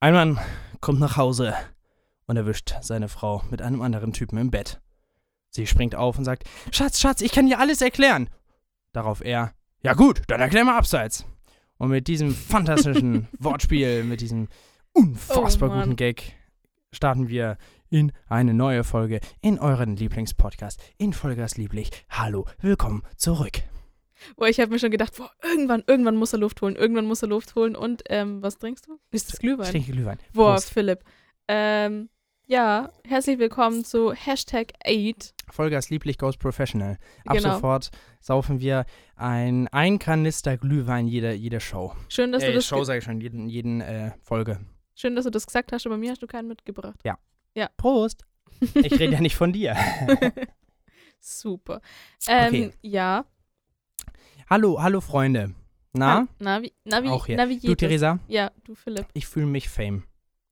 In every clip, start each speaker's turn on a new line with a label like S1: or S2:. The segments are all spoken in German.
S1: Ein Mann kommt nach Hause und erwischt seine Frau mit einem anderen Typen im Bett. Sie springt auf und sagt, Schatz, Schatz, ich kann dir alles erklären. Darauf er, ja gut, dann erklär mal abseits. Und mit diesem fantastischen Wortspiel, mit diesem unfassbar
S2: Oh, Mann.
S1: guten Gag starten wir in eine neue Folge in euren Lieblingspodcast in Vollgas lieblich. Hallo, willkommen zurück.
S2: Boah, ich habe mir schon gedacht, boah, irgendwann, irgendwann muss er Luft holen, irgendwann muss er Luft holen. Und ähm, was trinkst du? Ist das
S1: Ich
S2: Glühwein?
S1: trinke Glühwein.
S2: boah,
S1: Prost.
S2: Philipp. Ähm, ja, herzlich willkommen zu Hashtag 8.
S1: Vollgas lieblich goes professional. Ab
S2: Genau.
S1: sofort saufen wir ein, ein Kanister Glühwein jeder, jeder Show.
S2: Schön, dass,
S1: äh,
S2: du das
S1: Show
S2: ge-
S1: sage ich schon, jeden, jeden äh, Folge.
S2: schön, dass du das gesagt hast, aber mir hast du keinen mitgebracht.
S1: Prost! Ich rede ja nicht von dir.
S2: Super. Ähm,
S1: Okay.
S2: Ja.
S1: Hallo, hallo Freunde. Na,
S2: Na, wie, na, wie,
S1: Auch hier.
S2: na, wie
S1: du
S2: geht es?
S1: Theresa,
S2: Ja, du Philipp.
S1: ich fühle mich fame.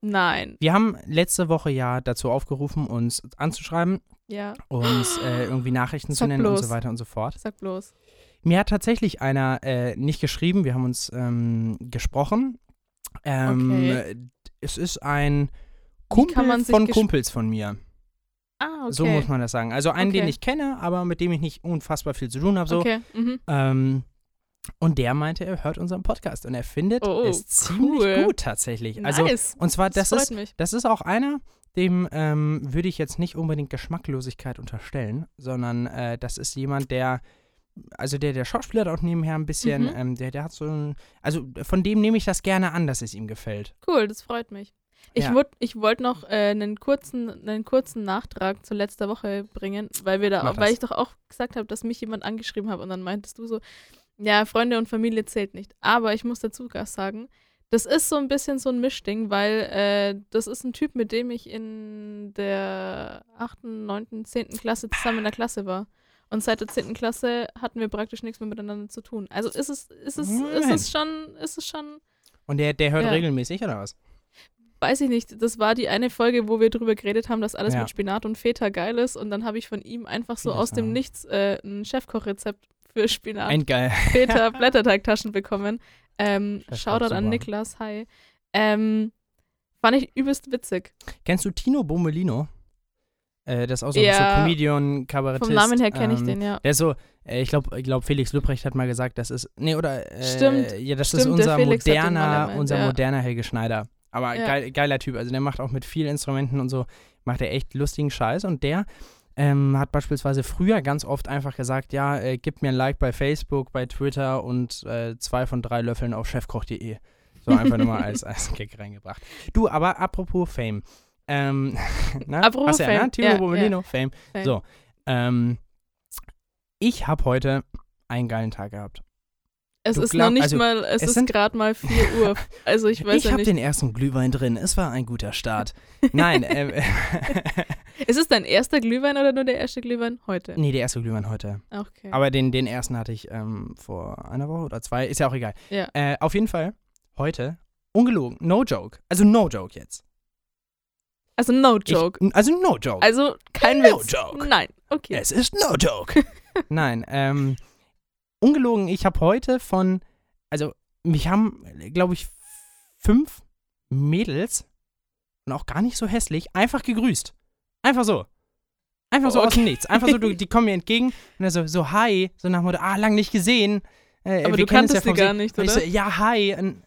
S2: Nein.
S1: Wir haben letzte Woche ja dazu aufgerufen, uns anzuschreiben,
S2: Ja,
S1: uns äh, irgendwie Nachrichten zu
S2: Sag
S1: nennen und
S2: bloß.
S1: so weiter und so fort.
S2: sag bloß.
S1: Mir hat tatsächlich einer äh, nicht geschrieben, wir haben uns ähm, gesprochen. Ähm,
S2: Okay.
S1: Es ist ein
S2: kann
S1: Kumpel
S2: man sich
S1: von
S2: gesch-
S1: Kumpels von mir.
S2: Ah, okay.
S1: So muss man das sagen. Also einen, den
S2: Okay.
S1: ich kenne, aber mit dem ich nicht unfassbar viel zu tun habe. So.
S2: Okay. Mhm.
S1: Ähm, und der meinte, er hört unseren Podcast und er findet
S2: Oh,
S1: es
S2: cool.
S1: ziemlich gut tatsächlich. Also,
S2: nice.
S1: und zwar, das,
S2: freut
S1: ist,
S2: mich.
S1: das ist auch einer, dem ähm, würde ich jetzt nicht unbedingt Geschmacklosigkeit unterstellen, sondern äh, das ist jemand, der, also der, der Schauspieler auch nebenher ein bisschen,
S2: Mhm.
S1: ähm, der, der hat so ein, also von dem nehme ich das gerne an, dass es ihm gefällt.
S2: Cool, das freut mich. Ich,
S1: Ja.
S2: würd- ich wollte noch äh, einen, kurzen, einen kurzen Nachtrag zu letzter Woche bringen, weil, wir da
S1: Mach
S2: auch, weil
S1: das.
S2: ich doch auch gesagt habe, dass mich jemand angeschrieben hat und dann meintest du so, ja, Freunde und Familie zählt nicht. Aber ich muss dazu gar sagen, das ist so ein bisschen so ein Mischding, weil äh, das ist ein Typ, mit dem ich in der 8., 9., 10. Klasse zusammen in der Klasse war. Und seit der 10. Klasse hatten wir praktisch nichts mehr miteinander zu tun. Also ist es, ist es, ist
S1: Moment.
S2: es schon, ist es schon
S1: Und der, der hört
S2: Ja.
S1: regelmäßig, oder was?
S2: weiß ich nicht, das war die eine Folge, wo wir drüber geredet haben, dass alles
S1: Ja.
S2: mit Spinat und Feta geil ist. Und dann habe ich von ihm einfach so
S1: Vieles
S2: aus dem
S1: war.
S2: Nichts äh, ein Chefkochrezept für Spinat,
S1: Endgeil.
S2: Feta, Blätterteigtaschen bekommen. Ähm,
S1: Chefkoch,
S2: Shoutout an
S1: super.
S2: Niklas, hi. Ähm, fand ich übelst witzig.
S1: Kennst du Tino Bommelino? Äh, das ist auch so ein
S2: Ja.
S1: so Comedian, Kabarettist.
S2: Vom Namen her kenne ich
S1: ähm,
S2: den, ja.
S1: Der ist so, äh, ich glaube, ich glaub Felix Lübrecht hat mal gesagt, das ist, nee, oder, äh,
S2: Stimmt,
S1: ja, das ist
S2: stimmt, der
S1: unser
S2: Felix hat den mal
S1: moderner,
S2: gemeint,
S1: unser
S2: ja.
S1: moderner Helge Schneider. Aber
S2: Ja.
S1: geil, geiler Typ, also der macht auch mit vielen Instrumenten und so, macht er echt lustigen Scheiß und der ähm, hat beispielsweise früher ganz oft einfach gesagt, ja, äh, gib mir ein Like bei Facebook, bei Twitter und äh, zwei von drei Löffeln auf chefkoch.de. So einfach nur mal als, als Gag reingebracht. Du, aber apropos Fame. Ähm, na, hast
S2: Apropos
S1: du Ja,
S2: Fame,
S1: ne? Timo
S2: ja,
S1: Bommelino, Fame.
S2: Fame.
S1: So, ähm, ich habe heute einen geilen Tag gehabt.
S2: Es
S1: du
S2: ist
S1: glaub-
S2: noch nicht
S1: also,
S2: mal, es,
S1: es
S2: ist
S1: sind-
S2: gerade mal 4 Uhr. Also ich weiß
S1: ich
S2: ja
S1: habe
S2: nicht.
S1: den ersten Glühwein drin. Es war ein guter Start. Nein, ähm,
S2: Ist es dein erster Glühwein oder nur der erste Glühwein heute?
S1: nee, der erste Glühwein heute.
S2: Okay.
S1: Aber den, den ersten hatte ich ähm, vor einer Woche oder zwei. Ist ja auch egal.
S2: Ja.
S1: Äh, auf jeden Fall heute, ungelogen, no joke. Also no joke jetzt.
S2: Also no
S1: Ich-
S2: joke.
S1: also no joke.
S2: also kein
S1: No
S2: Witz.
S1: joke.
S2: Nein. Okay.
S1: es ist no joke. Nein, ähm, ungelogen, ich habe heute von, also mich haben, glaube ich, fünf Mädels und auch gar nicht so hässlich einfach gegrüßt. Einfach so. Einfach so aus dem Nichts. Einfach so, du, die kommen mir entgegen und dann so, so hi, so nach dem Motto, ah, lang nicht gesehen. Äh,
S2: Aber
S1: wir
S2: du
S1: kennen uns
S2: kanntest
S1: ja
S2: die
S1: vom
S2: gar
S1: Se-
S2: nicht,
S1: Und ich so,
S2: oder?
S1: ja, hi. Und, äh,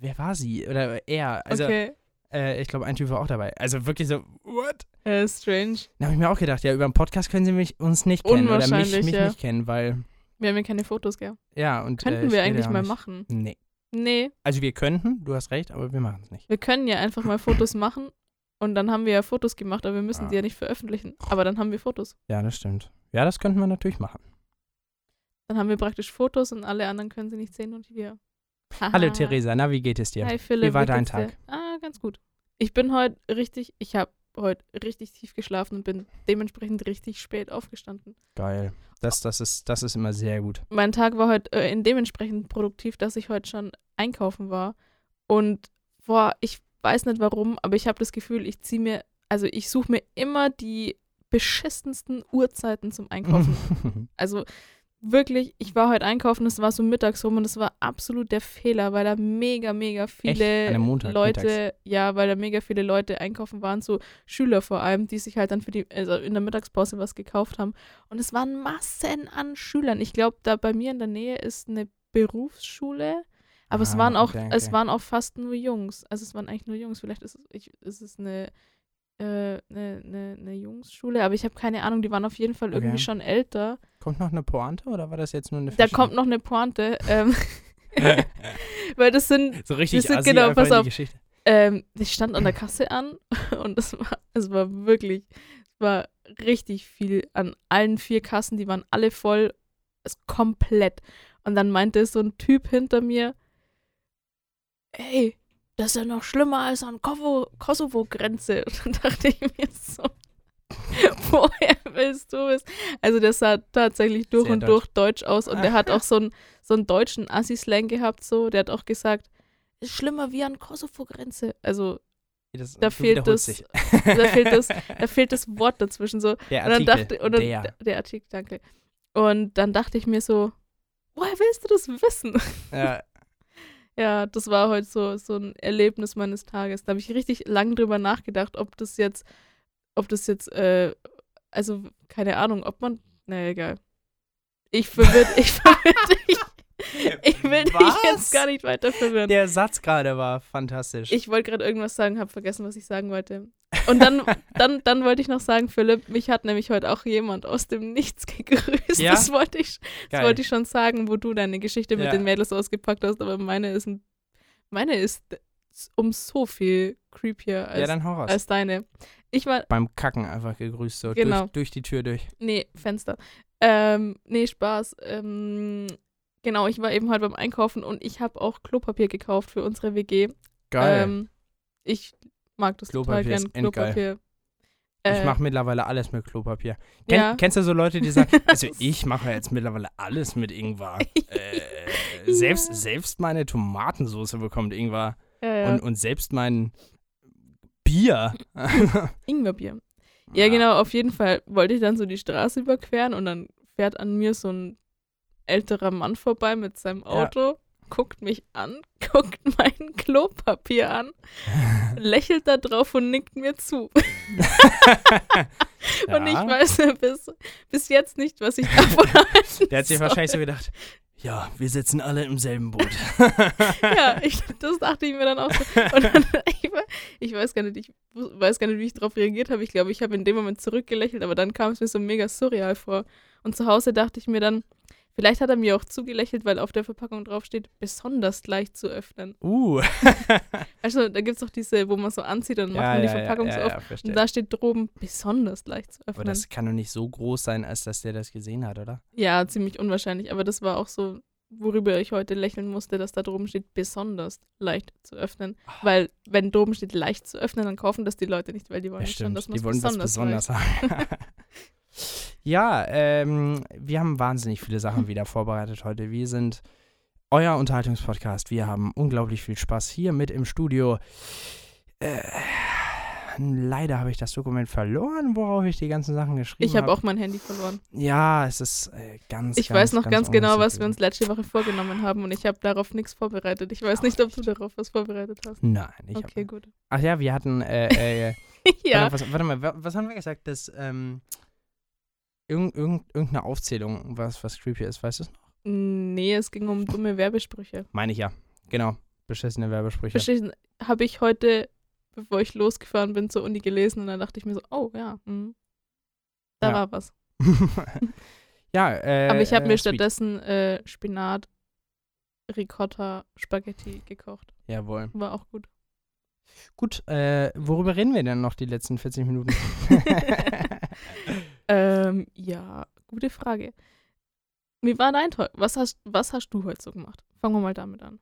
S1: wer war sie? Oder er? Also,
S2: okay.
S1: äh, ich glaube, ein Typ war auch dabei. Also wirklich so, what?
S2: Äh, strange.
S1: Da habe ich mir auch gedacht, ja, über einen Podcast können sie mich, uns nicht kennen oder mich,
S2: Unwahrscheinlich,
S1: mich
S2: ja.
S1: nicht kennen, weil,
S2: Wir haben ja keine Fotos, gell?
S1: ja, und. äh,
S2: Könnten
S1: ich
S2: wir
S1: rede
S2: eigentlich
S1: auch
S2: mal
S1: nicht.
S2: machen.
S1: Nee.
S2: Nee,
S1: Also wir könnten, du hast recht, aber wir machen es nicht.
S2: wir können ja einfach mal Fotos machen. Und dann haben wir ja Fotos gemacht, aber wir müssen
S1: Ah.
S2: die ja nicht veröffentlichen. Aber dann haben wir Fotos.
S1: Ja, das stimmt. Ja, das könnten wir natürlich machen.
S2: Dann haben wir praktisch Fotos und alle anderen können sie nicht sehen und wir. Haha.
S1: Hallo Theresa, na, wie geht es dir?
S2: Ah. Hi Philipp.
S1: Wie war dein
S2: geht's dir?
S1: Tag?
S2: Ah, ganz gut. Ich bin heute richtig, ich habe heute richtig tief geschlafen und bin dementsprechend richtig spät aufgestanden.
S1: Geil. Das, das, ist, das ist immer sehr gut.
S2: mein Tag war heute äh, in dementsprechend produktiv, dass ich heute schon einkaufen war. Und boah, ich weiß nicht warum, aber ich habe das Gefühl, ich ziehe mir, also ich suche mir immer die beschissensten Uhrzeiten zum Einkaufen. Also wirklich, ich war heute einkaufen, es war so mittags rum und es war absolut der Fehler, weil da mega, mega
S1: Echt? An
S2: viele
S1: einem Montag
S2: Leute,
S1: mittags?
S2: ja, weil da mega viele Leute einkaufen waren, so Schüler vor allem, die sich halt dann für die, also in der Mittagspause was gekauft haben. Und es waren Massen an Schülern. Ich glaube, da bei mir in der Nähe ist eine Berufsschule. Aber es
S1: Ah,
S2: waren auch,
S1: okay,
S2: es
S1: okay.
S2: waren auch fast nur Jungs. Also es waren eigentlich nur Jungs. Vielleicht ist es, ich, ist es eine äh, eine, eine, eine Jungsschule, aber ich habe keine Ahnung, die waren auf jeden Fall irgendwie
S1: Okay.
S2: schon älter.
S1: Kommt noch eine Pointe oder war das jetzt nur eine
S2: Da
S1: Fischen?
S2: kommt noch eine Pointe, ähm, weil das sind,
S1: so richtig
S2: Wir sind-
S1: assi
S2: genau,
S1: einfach
S2: pass
S1: in die
S2: auf.
S1: Geschichte.
S2: ähm, ich stand an der Kasse an und das war, es war wirklich, es war richtig viel an allen vier Kassen, die waren alle voll, es komplett. Und dann meinte so ein Typ hinter mir, hey, das ist ja noch schlimmer als an Kovo- Kosovo-Grenze. Und dann dachte ich mir so, woher willst du es? Also der sah tatsächlich durch
S1: Sehr
S2: und durch deutsch aus und der hat auch so einen, so einen deutschen Assi-Slang gehabt, so, der hat auch gesagt, ist schlimmer wie an Kosovo-Grenze. Also
S1: Das,
S2: da
S1: du
S2: fehlt
S1: wiederholst
S2: das-
S1: dich.
S2: da fehlt das, da fehlt das Wort dazwischen so.
S1: Der
S2: Und dann
S1: Artikel.
S2: dachte und dann,
S1: der.
S2: der Artikel, danke. Und dann dachte ich mir so, woher willst du das wissen?
S1: Ja,
S2: Ja, das war heute so, so ein Erlebnis meines Tages. Da habe ich richtig lang drüber nachgedacht, ob das jetzt, ob das jetzt, äh, also keine Ahnung, ob man, naja, egal. Ich verwirrt, ich verwirrt dich. Ich will dich jetzt
S1: Was?
S2: gar nicht weiter verwirren.
S1: der Satz gerade war fantastisch.
S2: Ich wollte gerade irgendwas sagen, habe vergessen, was ich sagen wollte. Und dann, dann, dann wollte ich noch sagen, Philipp, mich hat nämlich heute auch jemand aus dem Nichts gegrüßt.
S1: Ja?
S2: Das wollte ich das
S1: Geil.
S2: wollte ich schon sagen, wo du deine Geschichte mit
S1: Ja.
S2: den Mädels ausgepackt hast, aber meine ist ein, meine ist um so viel creepier
S1: ja,
S2: als,
S1: dann hau raus.
S2: als deine. Ich war,
S1: Beim Kacken einfach gegrüßt, so
S2: Genau.
S1: durch, durch die Tür durch.
S2: nee, Fenster. Ähm, nee, Spaß. Ähm, genau, ich war eben heute beim Einkaufen und ich habe auch Klopapier gekauft für unsere WG.
S1: Geil.
S2: Ähm, ich mag das
S1: Klopapier
S2: total
S1: ist
S2: gern.
S1: endgeil.
S2: Klopapier.
S1: ich mache mittlerweile alles mit Klopapier.
S2: äh,
S1: Ken,
S2: ja.
S1: Kennst du so Leute, die sagen, also ich mache jetzt mittlerweile alles mit Ingwer. Äh, selbst,
S2: Ja.
S1: selbst meine Tomatensoße bekommt Ingwer.
S2: äh,
S1: Und, und selbst mein Bier.
S2: Ingwerbier.
S1: Ah.
S2: Ja, genau, auf jeden Fall wollte ich dann so die Straße überqueren und dann fährt an mir so ein älterer Mann vorbei mit seinem Auto, guckt mich an, guckt mein Klopapier an, lächelt da drauf und nickt mir zu.
S1: Ja.
S2: Und ich weiß bis, bis jetzt nicht, was ich davon halte.
S1: Der hat sich wahrscheinlich so gedacht, ja, wir sitzen alle im selben Boot.
S2: Ja, ich, das dachte ich mir dann auch so. Und dann, ich, we- ich weiß gar nicht, ich wus- weiß gar nicht, wie ich darauf reagiert habe. Ich glaube, ich habe in dem Moment zurückgelächelt, aber dann kam es mir so mega surreal vor. Und zu Hause dachte ich mir dann, vielleicht hat er mir auch zugelächelt, weil auf der Verpackung draufsteht, besonders leicht zu öffnen.
S1: Uh.
S2: Also da gibt es doch diese, wo man so anzieht und macht man die Verpackung so auf.
S1: verstehe.
S2: Und da steht droben, besonders leicht zu
S1: Aber
S2: öffnen.
S1: das kann doch nicht so groß sein, als dass der das gesehen hat, oder?
S2: ja, ziemlich unwahrscheinlich, aber das war auch so, worüber ich heute lächeln musste, dass da droben steht, besonders leicht zu öffnen.
S1: Ah.
S2: Weil, wenn droben steht, leicht zu öffnen, dann kaufen das die Leute nicht, weil die wollen
S1: Ja,
S2: schon, dass
S1: stimmt.
S2: man
S1: Die
S2: es
S1: wollen was
S2: besonders,
S1: besonders haben. ja, ähm, wir haben wahnsinnig viele Sachen wieder vorbereitet heute. Wir sind euer Unterhaltungspodcast. Wir haben unglaublich viel Spaß hier mit im Studio. Äh, leider habe ich das Dokument verloren, worauf ich die ganzen Sachen geschrieben
S2: Ich habe auch mein Handy verloren.
S1: Ja, es ist äh, ganz.
S2: Ich
S1: ganz,
S2: weiß noch ganz, genau, was
S1: unübersichtlich.
S2: wir uns letzte Woche vorgenommen haben und ich habe darauf nichts vorbereitet. Ich weiß nicht, ob du darauf was vorbereitet hast.
S1: Nein, ich
S2: Okay,
S1: hab,
S2: gut.
S1: Ach ja, wir hatten. Äh, äh,
S2: ja,
S1: Warte, was, warte mal, wa- was haben wir gesagt? Das, ähm, irgend, irgend, irgendeine Aufzählung, was, was creepy ist, weißt du es noch?
S2: nee, es ging um dumme Werbesprüche.
S1: Meine ich ja. Genau. Beschissene Werbesprüche.
S2: Verstehst du? Habe ich heute, bevor ich losgefahren bin, zur Uni gelesen und dann dachte ich mir so, oh ja, hm, da
S1: Ja.
S2: war was.
S1: ja, äh.
S2: Aber ich habe
S1: äh,
S2: mir
S1: sweet.
S2: stattdessen äh, Spinat, Ricotta, Spaghetti gekocht.
S1: Jawohl.
S2: War auch gut.
S1: Gut, äh, worüber reden wir denn noch die letzten 40 Minuten?
S2: Ähm, ja, gute Frage. Wie war dein Tag? Was hast, was hast du heute so gemacht? Fangen wir mal damit an.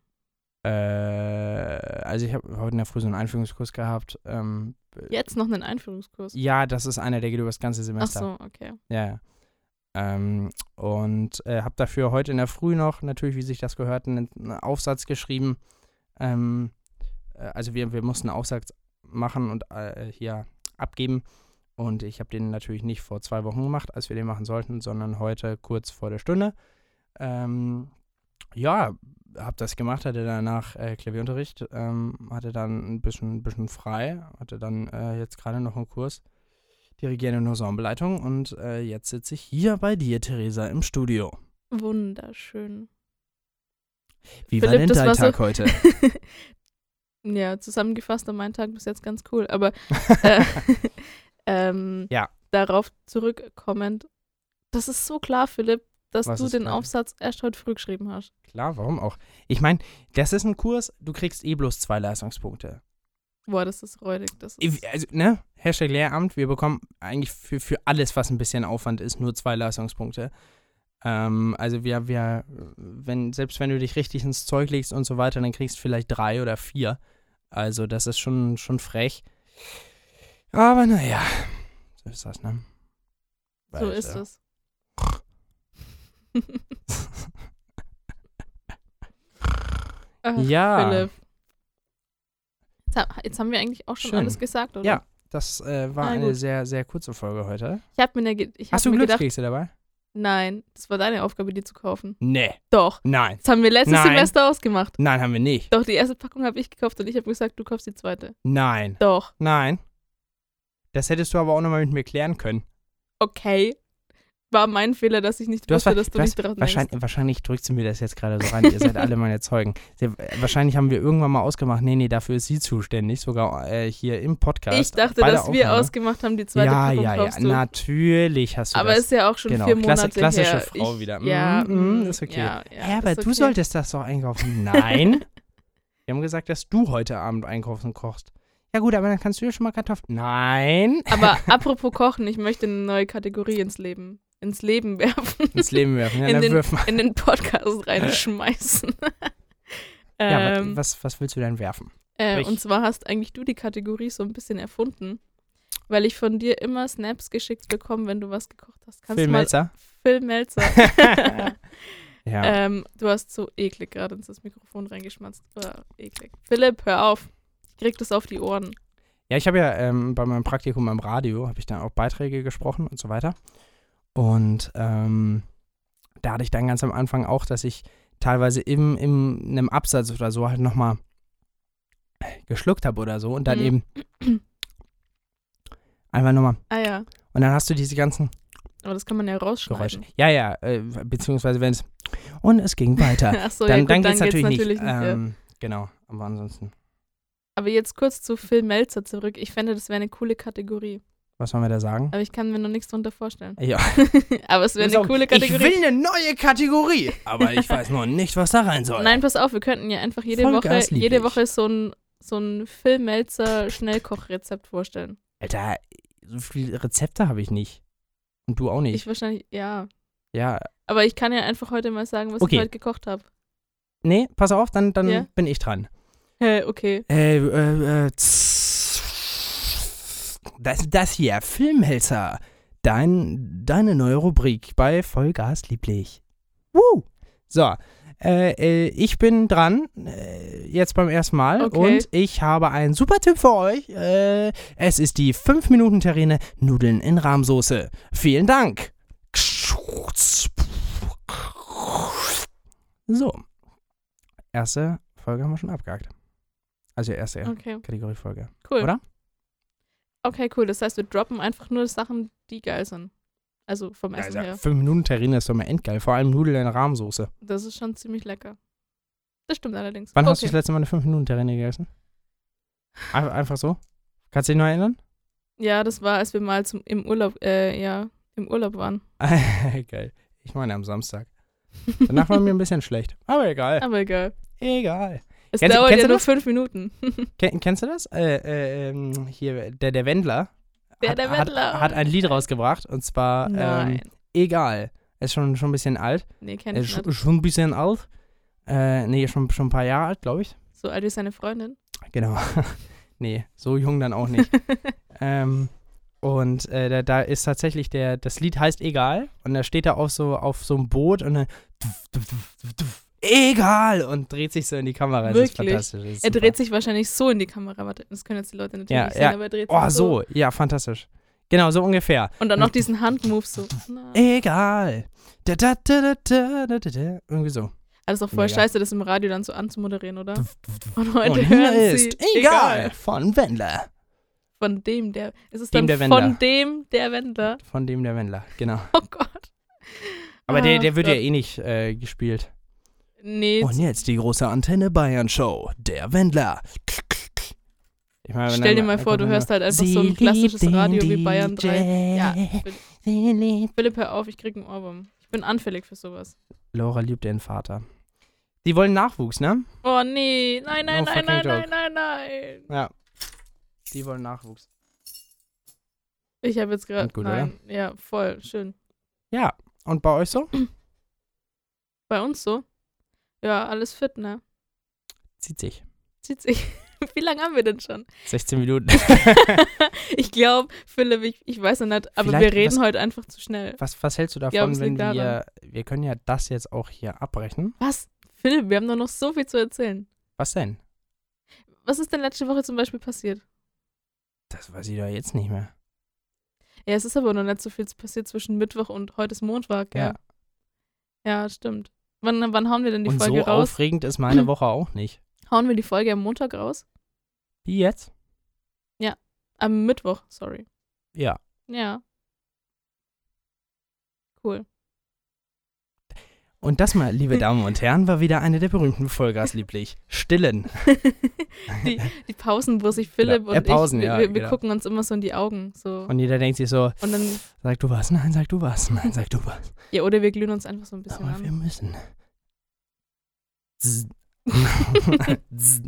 S1: äh, also ich habe heute in der Früh so einen Einführungskurs gehabt. Ähm,
S2: Jetzt noch einen Einführungskurs.
S1: ja, das ist einer, der geht über das ganze
S2: Ach
S1: Semester.
S2: so, okay.
S1: Ja, ja. Ähm, und äh, habe dafür heute in der Früh noch, natürlich, wie sich das gehört, einen, einen Aufsatz geschrieben. Ähm, äh, also wir, wir mussten einen Aufsatz machen und äh, hier abgeben. Und ich habe den natürlich nicht vor zwei Wochen gemacht, als wir den machen sollten, sondern heute kurz vor der Stunde. Ähm, ja, habe das gemacht, hatte danach äh, Klavierunterricht, ähm, hatte dann ein bisschen, bisschen frei, hatte dann äh, jetzt gerade noch einen Kurs Dirigierende und Ensembleleitung und äh, jetzt sitze ich hier bei dir, Theresa, im Studio.
S2: Wunderschön.
S1: Wie war
S2: Philipp,
S1: denn
S2: das
S1: dein
S2: war so-
S1: Tag heute?
S2: ja, zusammengefasst war mein Tag bis jetzt ganz cool, aber äh, ähm,
S1: Ja.
S2: darauf zurückkommend, das ist so klar, Philipp, dass
S1: Was
S2: du
S1: ist
S2: den
S1: klar?
S2: Aufsatz erst heute früh geschrieben hast.
S1: Klar, warum auch? Ich meine, das ist ein Kurs, du kriegst eh bloß zwei Leistungspunkte.
S2: Boah, das ist räudig. Das ist,
S1: Ich- Also, ne? Hashtag Lehramt, wir bekommen eigentlich für, für alles, was ein bisschen Aufwand ist, nur zwei Leistungspunkte. Ähm, also wir, wir, wenn, selbst wenn du dich richtig ins Zeug legst und so weiter, dann kriegst du vielleicht drei oder vier. Also das ist schon, schon frech. Aber naja, so ist das, ne?
S2: so ist es. Ach,
S1: Ja.
S2: Philipp. Jetzt, ha- jetzt haben wir eigentlich auch schon
S1: Schön.
S2: alles gesagt, oder?
S1: Ja. Das äh, war
S2: Na
S1: eine
S2: gut.
S1: sehr, sehr kurze Folge heute.
S2: Ich habe mir, ne ge- ich hab
S1: Hast du
S2: mir gedacht,
S1: Glückskekse dabei?
S2: nein, das war deine Aufgabe, die zu kaufen.
S1: Nee.
S2: Doch,
S1: Nein.
S2: das haben wir letztes
S1: Nein.
S2: Semester ausgemacht.
S1: Nein, haben wir nicht.
S2: Doch, die erste Packung habe ich gekauft und ich habe gesagt, du kaufst die zweite.
S1: Nein.
S2: Doch,
S1: Nein. Das hättest du aber auch nochmal mit mir klären können.
S2: okay. War mein Fehler, dass ich nicht
S1: Du hast
S2: wusste,
S1: wa-
S2: dass du
S1: du
S2: nicht dran denkst.
S1: Wahrscheinlich, wahrscheinlich drückst du mir das jetzt gerade so rein. Ihr seid alle meine Zeugen. Sie, wahrscheinlich haben wir irgendwann mal ausgemacht, nee, nee, dafür ist sie zuständig, sogar äh, hier im Podcast.
S2: Ich dachte,
S1: bei der
S2: dass wir
S1: Aufnahme.
S2: ausgemacht haben, die zweite
S1: Ja,
S2: Packung
S1: ja, ja.
S2: kaufst du.
S1: Natürlich hast du
S2: Aber
S1: das.
S2: ist ja auch schon
S1: genau,
S2: vier
S1: klassi-
S2: Monate
S1: klassische
S2: her.
S1: Frau wieder.
S2: Ja,
S1: Mm, mm,
S2: mm,
S1: ist okay.
S2: Ja, ja,
S1: Hä, aber
S2: ist
S1: du
S2: okay.
S1: solltest das doch einkaufen. Nein. wir haben gesagt, dass du heute Abend einkaufen kochst. Ja gut, aber dann kannst du ja schon mal Kartoffeln. Nein.
S2: Aber apropos Kochen, ich möchte eine neue Kategorie ins Leben, ins Leben werfen,
S1: Ins Leben werfen. Ja,
S2: In
S1: dann
S2: den-
S1: wirf mal.
S2: in den Podcast reinschmeißen.
S1: Ja,
S2: ähm,
S1: was, was willst du denn werfen?
S2: äh,
S1: sprich.
S2: und zwar hast eigentlich du die Kategorie so ein bisschen erfunden, weil ich von dir immer Snaps geschickt bekomme, wenn du was gekocht hast. Kannst
S1: Phil
S2: du mal
S1: Melzer?
S2: Phil Melzer.
S1: Ja.
S2: ähm, du hast so eklig gerade ins das Mikrofon reingeschmatzt. War eklig. Philipp, hör auf. Ich krieg das auf die Ohren.
S1: Ja, ich habe ja ähm, bei meinem Praktikum am Radio, habe ich dann auch Beiträge gesprochen und so weiter. Und ähm, da hatte ich dann ganz am Anfang auch, dass ich teilweise im, im in einem Absatz oder so halt nochmal geschluckt habe oder so und dann
S2: Mhm.
S1: eben einfach nochmal.
S2: Ah ja,
S1: Und dann hast du diese ganzen
S2: aber das kann man ja
S1: Geräusche.
S2: rausschneiden.
S1: Ja, ja, äh, beziehungsweise wenn es und es ging weiter.
S2: Ach so, Oh ja,
S1: dann
S2: gut,
S1: dann geht es natürlich,
S2: natürlich
S1: nicht.
S2: nicht, ja.
S1: ähm, Genau, aber ansonsten,
S2: Aber jetzt kurz zu Phil Melzer zurück. Ich fände, das wäre eine coole Kategorie.
S1: was sollen wir da sagen?
S2: Aber ich kann mir noch nichts drunter vorstellen.
S1: Ja.
S2: Aber es wäre
S1: Ist
S2: eine
S1: auch-
S2: coole Kategorie.
S1: Ich will eine neue Kategorie, aber ich weiß noch nicht, was da rein soll.
S2: Nein, pass auf, wir könnten ja einfach jede Woche,
S1: Vollgas lieb
S2: jede
S1: ich.
S2: Woche so ein, so ein Phil Melzer Schnellkochrezept vorstellen.
S1: Alter, so viele Rezepte habe ich nicht. Und du auch
S2: Ich.
S1: nicht.
S2: wahrscheinlich, ja.
S1: ja.
S2: Aber ich kann ja einfach heute mal sagen, was
S1: Okay.
S2: ich heute gekocht habe.
S1: Nee, pass auf, dann, dann
S2: Ja?
S1: bin ich dran.
S2: Hä, okay.
S1: Äh, äh, äh, tss- das, das hier, Filmhälter. Dein, deine neue Rubrik bei Vollgas lieblich. Woo! So, äh, äh, ich bin dran, äh, jetzt beim ersten Mal.
S2: Okay.
S1: Und ich habe einen super Tipp für euch. Äh, es ist die 5-Minuten-Terrine Nudeln in Rahmsoße. Vielen Dank. So, erste Folge haben wir schon abgehakt. Also erste
S2: Okay,
S1: Kategoriefolge.
S2: cool.
S1: Oder?
S2: Okay, cool. Das heißt, wir droppen einfach nur Sachen, die geil sind. Also vom Essen her.
S1: 5 Minuten Terrine ist doch mal endgeil. Vor allem Nudeln in Rahmsoße.
S2: Das ist schon ziemlich lecker. Das stimmt allerdings.
S1: Wann
S2: okay.
S1: hast du das letzte Mal eine 5 Minuten Terrine gegessen? Ein, einfach so? Kannst du dich noch erinnern?
S2: Ja, das war, als wir mal zum, im Urlaub, äh, ja, im Urlaub waren.
S1: Geil. Ich meine am Samstag. Danach war mir ein bisschen schlecht. Aber egal.
S2: Aber egal.
S1: Egal.
S2: Es
S1: Kennst du-
S2: dauert
S1: kennst
S2: ja
S1: du
S2: nur
S1: das?
S2: fünf Minuten.
S1: Ken, kennst du das? Äh, äh, ähm, hier, der, der Wendler.
S2: Der,
S1: hat,
S2: der
S1: Hat,
S2: Wendler.
S1: hat ein Lied rausgebracht und zwar ähm,
S2: Nein.
S1: Egal. Ist schon, schon ein bisschen alt.
S2: nee, kenn
S1: Äh,
S2: ich nicht.
S1: schon, schon ein bisschen alt. Äh, nee, schon, schon ein paar Jahre alt, glaube ich.
S2: So alt wie seine Freundin.
S1: Genau. nee, so jung dann auch nicht. ähm, und äh, da, da ist tatsächlich der, das Lied heißt Egal und da steht er auf so, auf so einem Boot und dann tuff, tuff, tuff, tuff, tuff, Egal und dreht sich so in die Kamera. Das ist
S2: Wirklich?
S1: fantastisch. Das ist
S2: er
S1: super.
S2: dreht sich wahrscheinlich so in die Kamera. Warte, das können jetzt die Leute natürlich
S1: Ja,
S2: nicht sehen,
S1: Oh, ja.
S2: aber er dreht sich
S1: Oh, so. Ja, fantastisch. Genau, so ungefähr.
S2: Und dann noch diesen Handmove so. Na.
S1: Egal. Da, da, da, da, da, da, da, da. Irgendwie so.
S2: Also ist doch voll
S1: Mega.
S2: scheiße, das im Radio dann so anzumoderieren, oder? Und
S1: Und
S2: heute
S1: hier
S2: hören sie.
S1: ist egal, von Wendler.
S2: Von dem, der. Ist es
S1: Dem
S2: dann
S1: der Wendler.
S2: von dem, der Wendler?
S1: Von dem der Wendler, genau.
S2: Oh Gott.
S1: Aber der,
S2: Ach
S1: der wird ja
S2: Gott.
S1: eh nicht äh, gespielt.
S2: Nee,
S1: Und jetzt die große Antenne Bayern Show, der Wendler. Ich meine, wenn
S2: stell dir
S1: dann-
S2: mal
S1: dann
S2: vor,
S1: kommt
S2: du
S1: dann
S2: hörst halt
S1: immer,
S2: einfach so ein
S1: "Sie
S2: klassisches
S1: liebt den
S2: Radio wie Bayern
S1: DJ,
S2: 3. Ja, Phil-
S1: sie liebt-
S2: Philipp, hör auf, ich krieg einen Ohrwurm. Ich bin anfällig für sowas.
S1: Laura liebt ihren Vater. Die wollen Nachwuchs, ne?
S2: Oh nee, nein,
S1: No
S2: nein, nein,
S1: fucking
S2: nein,
S1: joke.
S2: nein, nein, nein.
S1: Ja. Die wollen Nachwuchs.
S2: Ich habe jetzt gerade.
S1: Klingt gut,
S2: Nein, ja, voll, schön.
S1: Ja. Und bei euch so?
S2: Bei uns so? Ja, alles fit, ne?
S1: Zieht sich.
S2: Zieht sich. Wie lange haben wir denn schon?
S1: 16 Minuten.
S2: ich glaube, Philipp, ich, ich weiß noch nicht, aber
S1: Vielleicht
S2: wir reden
S1: was-
S2: heute einfach zu schnell.
S1: Was, was hältst du davon,
S2: Ja, aber es
S1: wenn
S2: liegt daran.
S1: wir. Wir können ja das jetzt auch hier abbrechen.
S2: Was? Philipp, wir haben doch noch so viel zu erzählen.
S1: Was denn?
S2: Was ist denn letzte Woche zum Beispiel passiert?
S1: Das weiß ich doch jetzt nicht mehr.
S2: Ja, es ist aber noch nicht so viel passiert zwischen Mittwoch und heute ist Montag, gell?
S1: Ja.
S2: Ja, stimmt. Wann, wann hauen wir denn die
S1: Und
S2: Folge
S1: so
S2: raus?
S1: aufregend ist meine Woche auch nicht.
S2: Hauen wir die Folge am Montag raus?
S1: Die jetzt?
S2: Am Mittwoch, sorry.
S1: Ja.
S2: Ja. Cool.
S1: Und das mal, liebe Damen und Herren, war wieder eine der berühmten Vollgaslieblich. Stillen.
S2: die, die Pausen, wo sich Philipp
S1: Ja,
S2: und
S1: ja, Pausen,
S2: ich, wir,
S1: ja,
S2: wir, wir
S1: genau.
S2: gucken uns immer so in die Augen. So.
S1: Und jeder denkt sich so,
S2: Und dann,
S1: sag du was, nein, sag du was, nein, sag du was.
S2: ja, oder wir glühen uns einfach so ein bisschen
S1: Aber wir
S2: an.
S1: müssen. Zzz. Zzz.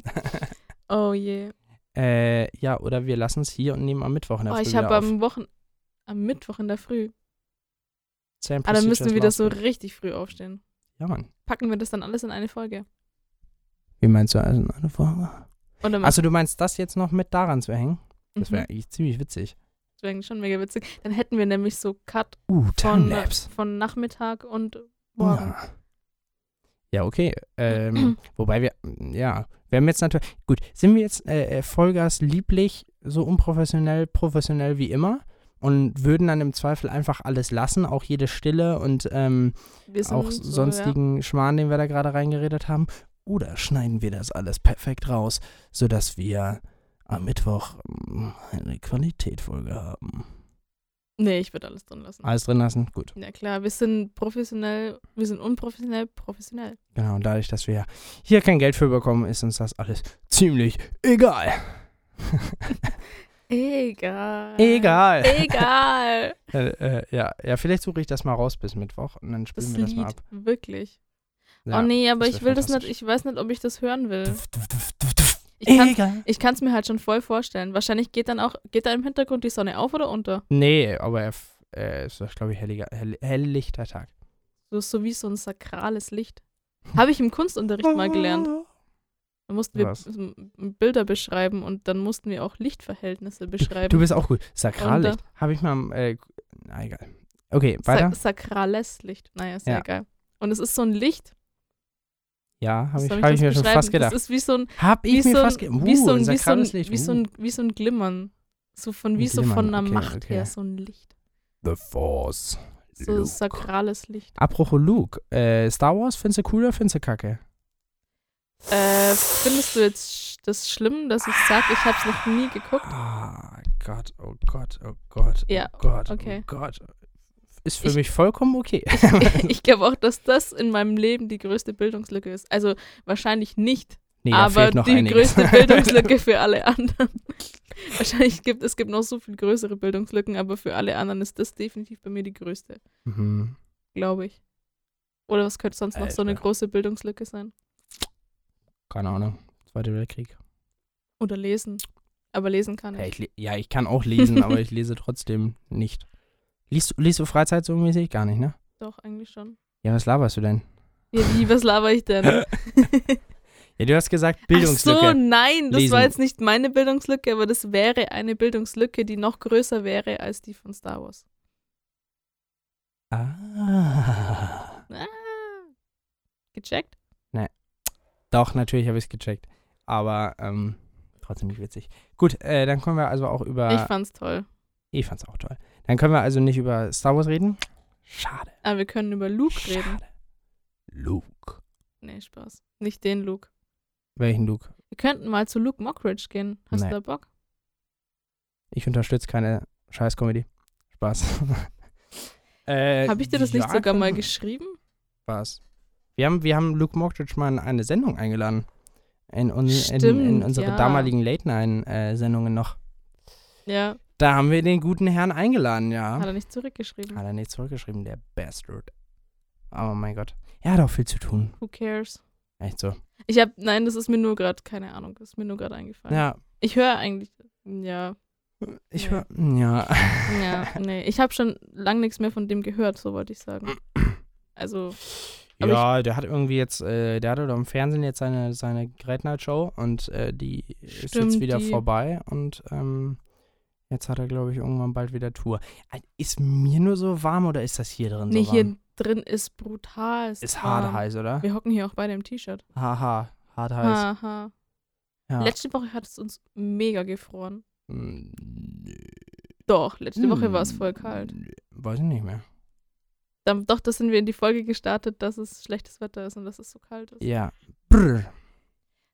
S2: Oh je.
S1: äh, ja, oder wir lassen es hier und nehmen am Mittwoch in der
S2: Oh,
S1: Früh
S2: ich
S1: wieder
S2: habe
S1: auf.
S2: am Wochen am Mittwoch in der Früh.
S1: Sam
S2: Ah, dann
S1: Procedures
S2: müssen wir wieder
S1: last
S2: so
S1: week.
S2: richtig früh aufstehen.
S1: Ja, Mann.
S2: Packen wir das dann alles in eine Folge.
S1: Wie meinst du also eine Folge?
S2: Und dann
S1: Achso, du meinst das jetzt noch mit daran zu hängen? Das
S2: das
S1: wäre
S2: wäre
S1: eigentlich ziemlich witzig.
S2: wär schon mega witzig. Dann hätten wir nämlich so Cut
S1: Uh,
S2: von, äh, von Nachmittag und morgen.
S1: Ja. ja, okay. Ähm, wobei wir, ja, wir haben jetzt natürlich, gut, sind wir jetzt äh, äh, Vollgas lieblich, so unprofessionell, professionell wie immer und würden dann im Zweifel einfach alles lassen, auch jede Stille und ähm,
S2: Wir sind
S1: auch
S2: so,
S1: sonstigen Schmarrn, den wir da gerade reingeredet haben. Oder schneiden wir das alles perfekt raus, sodass wir am Mittwoch ähm, eine Qualitätfolge haben.
S2: Ja. Nee, ich würde alles drin lassen.
S1: Alles drin lassen? Gut.
S2: Ja klar, wir sind professionell, wir sind unprofessionell, professionell.
S1: Genau, und dadurch, dass wir hier kein Geld für bekommen, ist uns das alles ziemlich egal.
S2: Egal.
S1: Egal.
S2: Egal.
S1: äh, äh, ja, ja, vielleicht suche ich das mal raus bis Mittwoch und dann spielen
S2: Das
S1: wir das mal
S2: Lied,
S1: ab.
S2: wirklich.
S1: Ja.
S2: oh nee,
S1: das
S2: aber
S1: wär
S2: ich will das nicht,
S1: fantastisch.
S2: ich weiß nicht, ob ich das hören will.
S1: Duff, duff, duff, duff, duff.
S2: Ich kann's
S1: Egal.
S2: Ich kann es mir halt schon voll vorstellen. Wahrscheinlich geht dann auch, geht da im Hintergrund die Sonne auf oder unter?
S1: Nee, aber er f- äh, ist doch, glaube ich, helliger, hell, helllichter Tag.
S2: So, so wie so ein sakrales Licht. Habe ich im Kunstunterricht mal gelernt. Da mussten wir
S1: Was?
S2: b- m- Bilder beschreiben und dann mussten wir auch Lichtverhältnisse
S1: Du,
S2: beschreiben.
S1: du bist auch gut. Sakrallicht. Habe ich mal. am, Äh, na, egal. Okay, weiter.
S2: Sa sakrales Licht. Naja, ist ja,
S1: Ja.
S2: egal. Und es ist so ein Licht.
S1: ja, habe
S2: was
S1: ich,
S2: soll
S1: hab ich
S2: das
S1: mir schon
S2: beschreiben?
S1: fast gedacht.
S2: Das ist wie so ein,
S1: Hab
S2: wie
S1: ich
S2: so
S1: mir
S2: ein,
S1: fast gedacht.
S2: wie so ein, wie so ein,
S1: sakrales Licht.
S2: wie so
S1: uh.
S2: ein, wie so ein Glimmern. So von
S1: Ein
S2: wie so von
S1: Glimmern,
S2: einer
S1: okay,
S2: Macht
S1: okay.
S2: her, so ein Licht.
S1: The Force.
S2: So
S1: Luke.
S2: sakrales Licht.
S1: Apropos Luke, äh, Star Wars findest du cool oder findest du kacke?
S2: Äh, findest du jetzt sch- das schlimm, dass ich sage, ich habe es noch nie geguckt?
S1: Ah, Gott, oh Gott, oh Gott,
S2: Ja,
S1: oh Gott,
S2: okay.
S1: oh Gott. Ist für
S2: Ich-
S1: mich vollkommen okay.
S2: ich glaube auch, dass das in meinem Leben die größte Bildungslücke ist. Also wahrscheinlich nicht,
S1: nee, da
S2: aber
S1: fehlt noch
S2: die
S1: einiges.
S2: größte Bildungslücke für alle anderen. wahrscheinlich gibt es gibt noch so viel größere Bildungslücken, aber für alle anderen ist das definitiv bei mir die größte,
S1: Mhm.
S2: glaube ich. Oder was könnte sonst noch so eine
S1: Alter.
S2: große Bildungslücke sein?
S1: Keine Ahnung. Zweiter Weltkrieg.
S2: Oder lesen. Aber lesen kann
S1: Ja
S2: ich.
S1: ich, le- ja, ich kann auch lesen, aber ich lese trotzdem nicht. Liest, du- liest du Freizeit so mäßig? Gar nicht, ne?
S2: Doch, eigentlich schon.
S1: Ja, was laberst du denn?
S2: Ja, wie, was laber ich denn?
S1: Ja, du hast gesagt
S2: Ähm. Ach so,
S1: Bildungslücke.
S2: nein, das
S1: Lesen.
S2: war jetzt nicht meine Bildungslücke, aber das wäre eine Bildungslücke, die noch größer wäre als die von Star Wars.
S1: Ah.
S2: Ah. Gecheckt?
S1: Doch, natürlich habe ich es gecheckt. Aber ähm, trotzdem nicht witzig. Gut, äh, dann können wir also auch über
S2: ich fand's toll.
S1: Ich fand's auch toll. Dann können wir also nicht über Star Wars reden. Schade.
S2: Aber Ah, wir können über Luke reden.
S1: Schade. Luke.
S2: Nee, Spaß. Nicht den Luke.
S1: Welchen Luke?
S2: Wir könnten mal zu Luke Mockridge gehen. Hast
S1: Nee.
S2: du da Bock?
S1: Ich unterstütze keine Scheiß-Comedy. Spaß. äh,
S2: Habe ich dir das nicht
S1: ja,
S2: sogar mal
S1: können-
S2: geschrieben?
S1: Spaß. Wir haben, wir haben Luke Mockridge mal in eine Sendung eingeladen. In, un, in, in
S2: Stimmt,
S1: unsere
S2: ja.
S1: damaligen Late-Nine-Sendungen noch.
S2: Ja,
S1: Da haben wir den guten Herrn eingeladen, ja.
S2: hat er nicht zurückgeschrieben.
S1: Hat er nicht zurückgeschrieben, der Bastard. Oh mein Gott. Er hat auch viel zu tun.
S2: Who cares?
S1: Echt so.
S2: Ich habe, nein, das ist mir nur gerade, keine Ahnung, das ist mir nur gerade eingefallen.
S1: Ja,
S2: Ich höre eigentlich, ja,
S1: ich
S2: Nee.
S1: höre. Ja.
S2: ja, nee. Ich habe schon lang nichts mehr von dem gehört, so wollte ich sagen. Also, Aber
S1: Ja, der hat irgendwie jetzt, äh, der hatte doch im Fernsehen jetzt seine, seine Great Night Show und äh, die ist jetzt
S2: Stimmt,
S1: wieder
S2: die-
S1: vorbei und ähm, jetzt hat er, glaube ich, irgendwann bald wieder Tour. Äh, Ist mir nur so warm oder ist das hier drin
S2: nee,
S1: so warm?
S2: hier drin ist brutal.
S1: Ist hart heiß, oder?
S2: Wir hocken hier auch beide im T-Shirt.
S1: Haha, hart heiß.
S2: Haha.
S1: Ja.
S2: Letzte Woche hat es uns mega gefroren.
S1: Mm,
S2: Doch, letzte Woche
S1: mm,
S2: war es voll kalt.
S1: Weiß ich nicht mehr.
S2: Dann, doch, das sind wir in die Folge gestartet, dass es schlechtes Wetter ist und dass es so kalt ist.
S1: Ja. Brr.